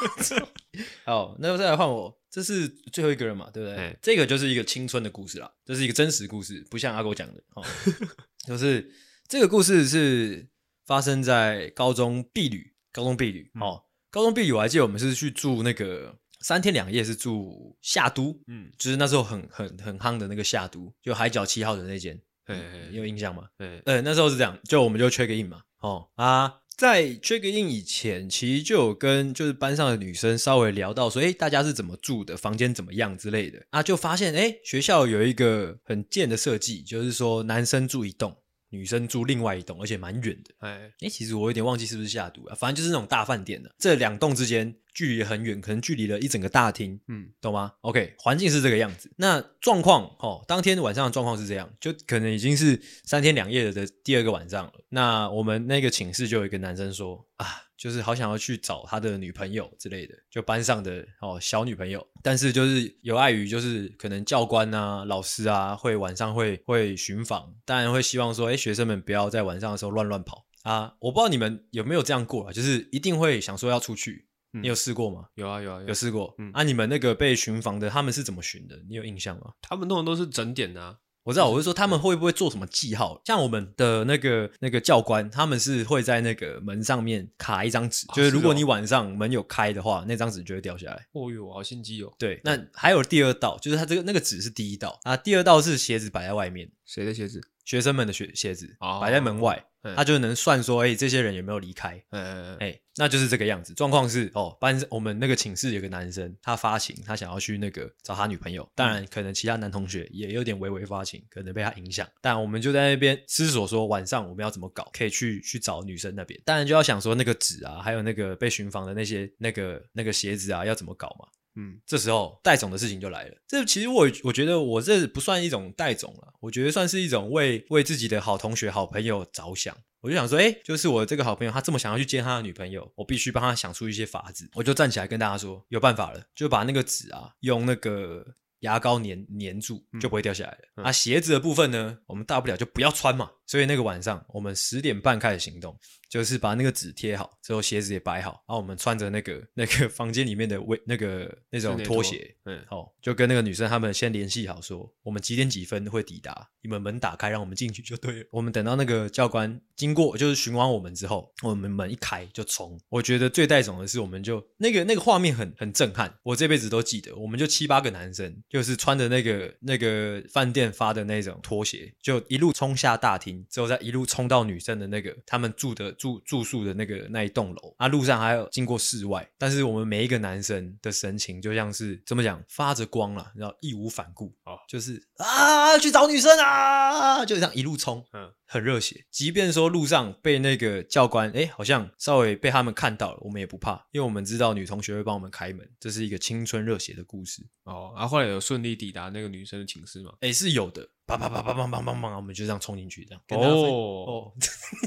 Speaker 1: 好，那再来换我，这是最后一个人嘛，对不对？
Speaker 2: 哎
Speaker 1: 这个就是一个青春的故事啦，这是一个真实故事，不像阿狗讲的。哦， *laughs* 就是这个故事是发生在高中毕旅，高中毕
Speaker 2: 嗯
Speaker 1: 旅、哦，高中毕旅我还记得我们是去住那个三天两夜，是住夏都，
Speaker 2: 嗯，
Speaker 1: 就是那时候很很很夯的那个夏都，就海角七号的那间，
Speaker 2: 哎
Speaker 1: 你有印象吗？
Speaker 2: 哎，
Speaker 1: 呃，那时候是这样，就我们就 check in 嘛，哦啊，在 check in 以前，其实就有跟就是班上的女生稍微聊到说，诶，大家是怎么住的，房间怎么样之类的啊，就发现诶，学校有一个很贱的设计，就是说男生住一栋，女生住另外一栋，而且蛮远的。
Speaker 2: 哎，
Speaker 1: 诶，其实我有点忘记是不是下毒啊，反正就是那种大饭店的、这两栋之间距离很远，可能距离了一整个大厅，
Speaker 2: 嗯，
Speaker 1: 懂吗？OK，环境是这个样子。那状况哦，当天晚上的状况是这样，就可能已经是三天两夜的第二个晚上了。那我们那个寝室就有一个男生说啊，就是好想要去找他的女朋友之类的，就班上的哦小女朋友，但是就是有碍于就是可能教官啊、老师啊会晚上会会巡访，当然会希望说，哎，学生们不要在晚上的时候乱乱跑啊。我不知道你们有没有这样过啊，就是一定会想说要出去，
Speaker 2: 嗯
Speaker 1: 你有试过吗？
Speaker 2: 有啊有啊
Speaker 1: 有试过，
Speaker 2: 嗯
Speaker 1: 啊，你们那个被巡防的，他们是怎么巡的？你有印象吗？
Speaker 2: 他们弄的都是整点的啊，
Speaker 1: 我知道，我是说他们会不会做什么记号？像我们的那个那个教官，他们是会在那个门上面卡一张纸，
Speaker 2: 哦
Speaker 1: 就是如果
Speaker 2: 是哦
Speaker 1: 你晚上门有开的话，那张纸就会掉下来。
Speaker 2: 哦哟，好心机哦。
Speaker 1: 对，那还有第二道，就是他这个那个纸是第一道啊，第二道是鞋子摆在外面，
Speaker 2: 谁的鞋子？
Speaker 1: 学生们的鞋鞋子
Speaker 2: 哦
Speaker 1: 摆在门外，
Speaker 2: 嗯
Speaker 1: 他就能算说，哎、这些人有没有离开？
Speaker 2: 哎哎哎，
Speaker 1: 哎、那就是这个样子。状况是哦，班我们那个寝室有个男生，他发情，他想要去那个找他女朋友。当然，可能其他男同学也有点微微发情，可能被他影响。但我们就在那边思索说，晚上我们要怎么搞，可以去去找女生那边。当然就要想说那个纸啊，还有那个被巡防的那些那个那个鞋子啊，要怎么搞嘛。
Speaker 2: 嗯，
Speaker 1: 这时候带种的事情就来了。这其实我我觉得我这不算一种带种了，我觉得算是一种为为自己的好同学、好朋友着想。我就想说，哎，就是我这个好朋友，他这么想要去见他的女朋友，我必须帮他想出一些法子。我就站起来跟大家说，有办法了，就把那个纸啊，用那个牙膏粘粘住，
Speaker 2: 嗯
Speaker 1: 就不会掉下来了。
Speaker 2: 嗯
Speaker 1: 啊，鞋子的部分呢，我们大不了就不要穿嘛。所以那个晚上，我们十点半开始行动，就是把那个纸贴好，之后鞋子也摆好，然后我们穿着那个那个房间里面的卫那个那种
Speaker 2: 室内
Speaker 1: 拖鞋，
Speaker 2: 嗯，
Speaker 1: 哦，就跟那个女生他们先联系好说，我们几点几分会抵达，你们门打开，让我们进去就对了。我们等到那个教官经过，就是巡完我们之后，我们门一开就冲。我觉得最带种的是，我们就那个那个画面很很震撼，我这辈子都记得。我们就七八个男生，就是穿着那个那个饭店发的那种拖鞋，就一路冲下大厅，之后再一路冲到女生的那个他们住的住住宿的那个那一栋楼啊，路上还有经过室外，但是我们每一个男生的神情就像是怎么讲，发着光了，然后义无反顾
Speaker 2: 哦
Speaker 1: 就是啊去找女生啊，就这样一路冲，
Speaker 2: 嗯，
Speaker 1: 很热血。即便说路上被那个教官哎好像稍微被他们看到了，我们也不怕，因为我们知道女同学会帮我们开门，这是一个青春热血的故事。
Speaker 2: 哦，然后后来有顺利抵达那个女生的寝室吗？
Speaker 1: 哎，是有的，叭叭叭叭叭叭叭叭，我们就这样冲进去，这样。跟大家分
Speaker 2: 哦
Speaker 1: 哦，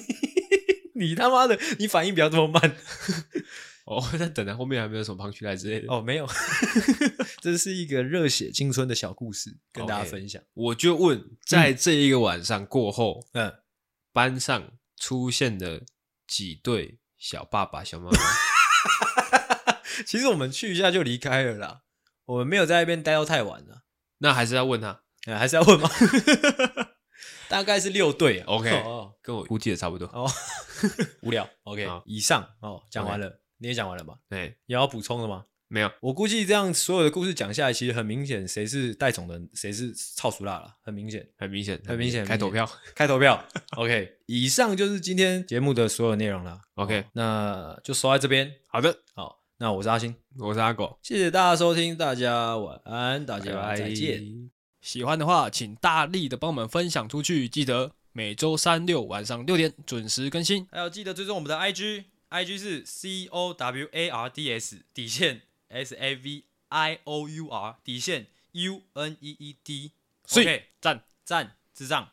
Speaker 1: *laughs* 你他妈的，你反应不要这么慢
Speaker 2: 哦，在等啊，后面还没有什么胖曲带之类的。
Speaker 1: 哦，没有， *laughs* 这是一个热血青春的小故事，跟大家分享。
Speaker 2: 我就问，在这一个晚上过后，
Speaker 1: 嗯，
Speaker 2: 班上出现了几对小爸爸、小妈妈？
Speaker 1: *laughs* 其实我们去一下就离开了啦，我们没有在那边待到太晚了，
Speaker 2: 那还是要问他。
Speaker 1: 呃还是要问吗？ *laughs* 大概是六对啊
Speaker 2: OK
Speaker 1: 哦
Speaker 2: 跟我估计的差不多。
Speaker 1: 哦，无聊。OK，
Speaker 2: 好
Speaker 1: 以上哦，讲完了，你也讲完了吧？
Speaker 2: 哎、
Speaker 1: 有要补充的吗？
Speaker 2: 没有，
Speaker 1: 我估计这样所有的故事讲下来，其实很明显谁是带种人，谁是操熟辣了，很明显。
Speaker 2: 很明显，
Speaker 1: 很明显
Speaker 2: 开投票。
Speaker 1: 开投票。OK，以 *laughs* 上就是今天节目的所有内容了。
Speaker 2: OK，
Speaker 1: 那就说在这边。
Speaker 2: 好的，
Speaker 1: 好，那我是阿星，
Speaker 2: 我是阿狗，
Speaker 1: 谢谢大家收听，大家晚安，大家再见。。
Speaker 2: 哎喜欢的话，请大力的帮我们分享出去，记得每周三六晚上六点准时更新。
Speaker 1: 还有记得追踪我们的 IG，IG 是 C O W A R D S 底线 S A V I O U R 底线 U N E E D。
Speaker 2: 所以
Speaker 1: OK，
Speaker 2: 赞。
Speaker 1: 赞智障。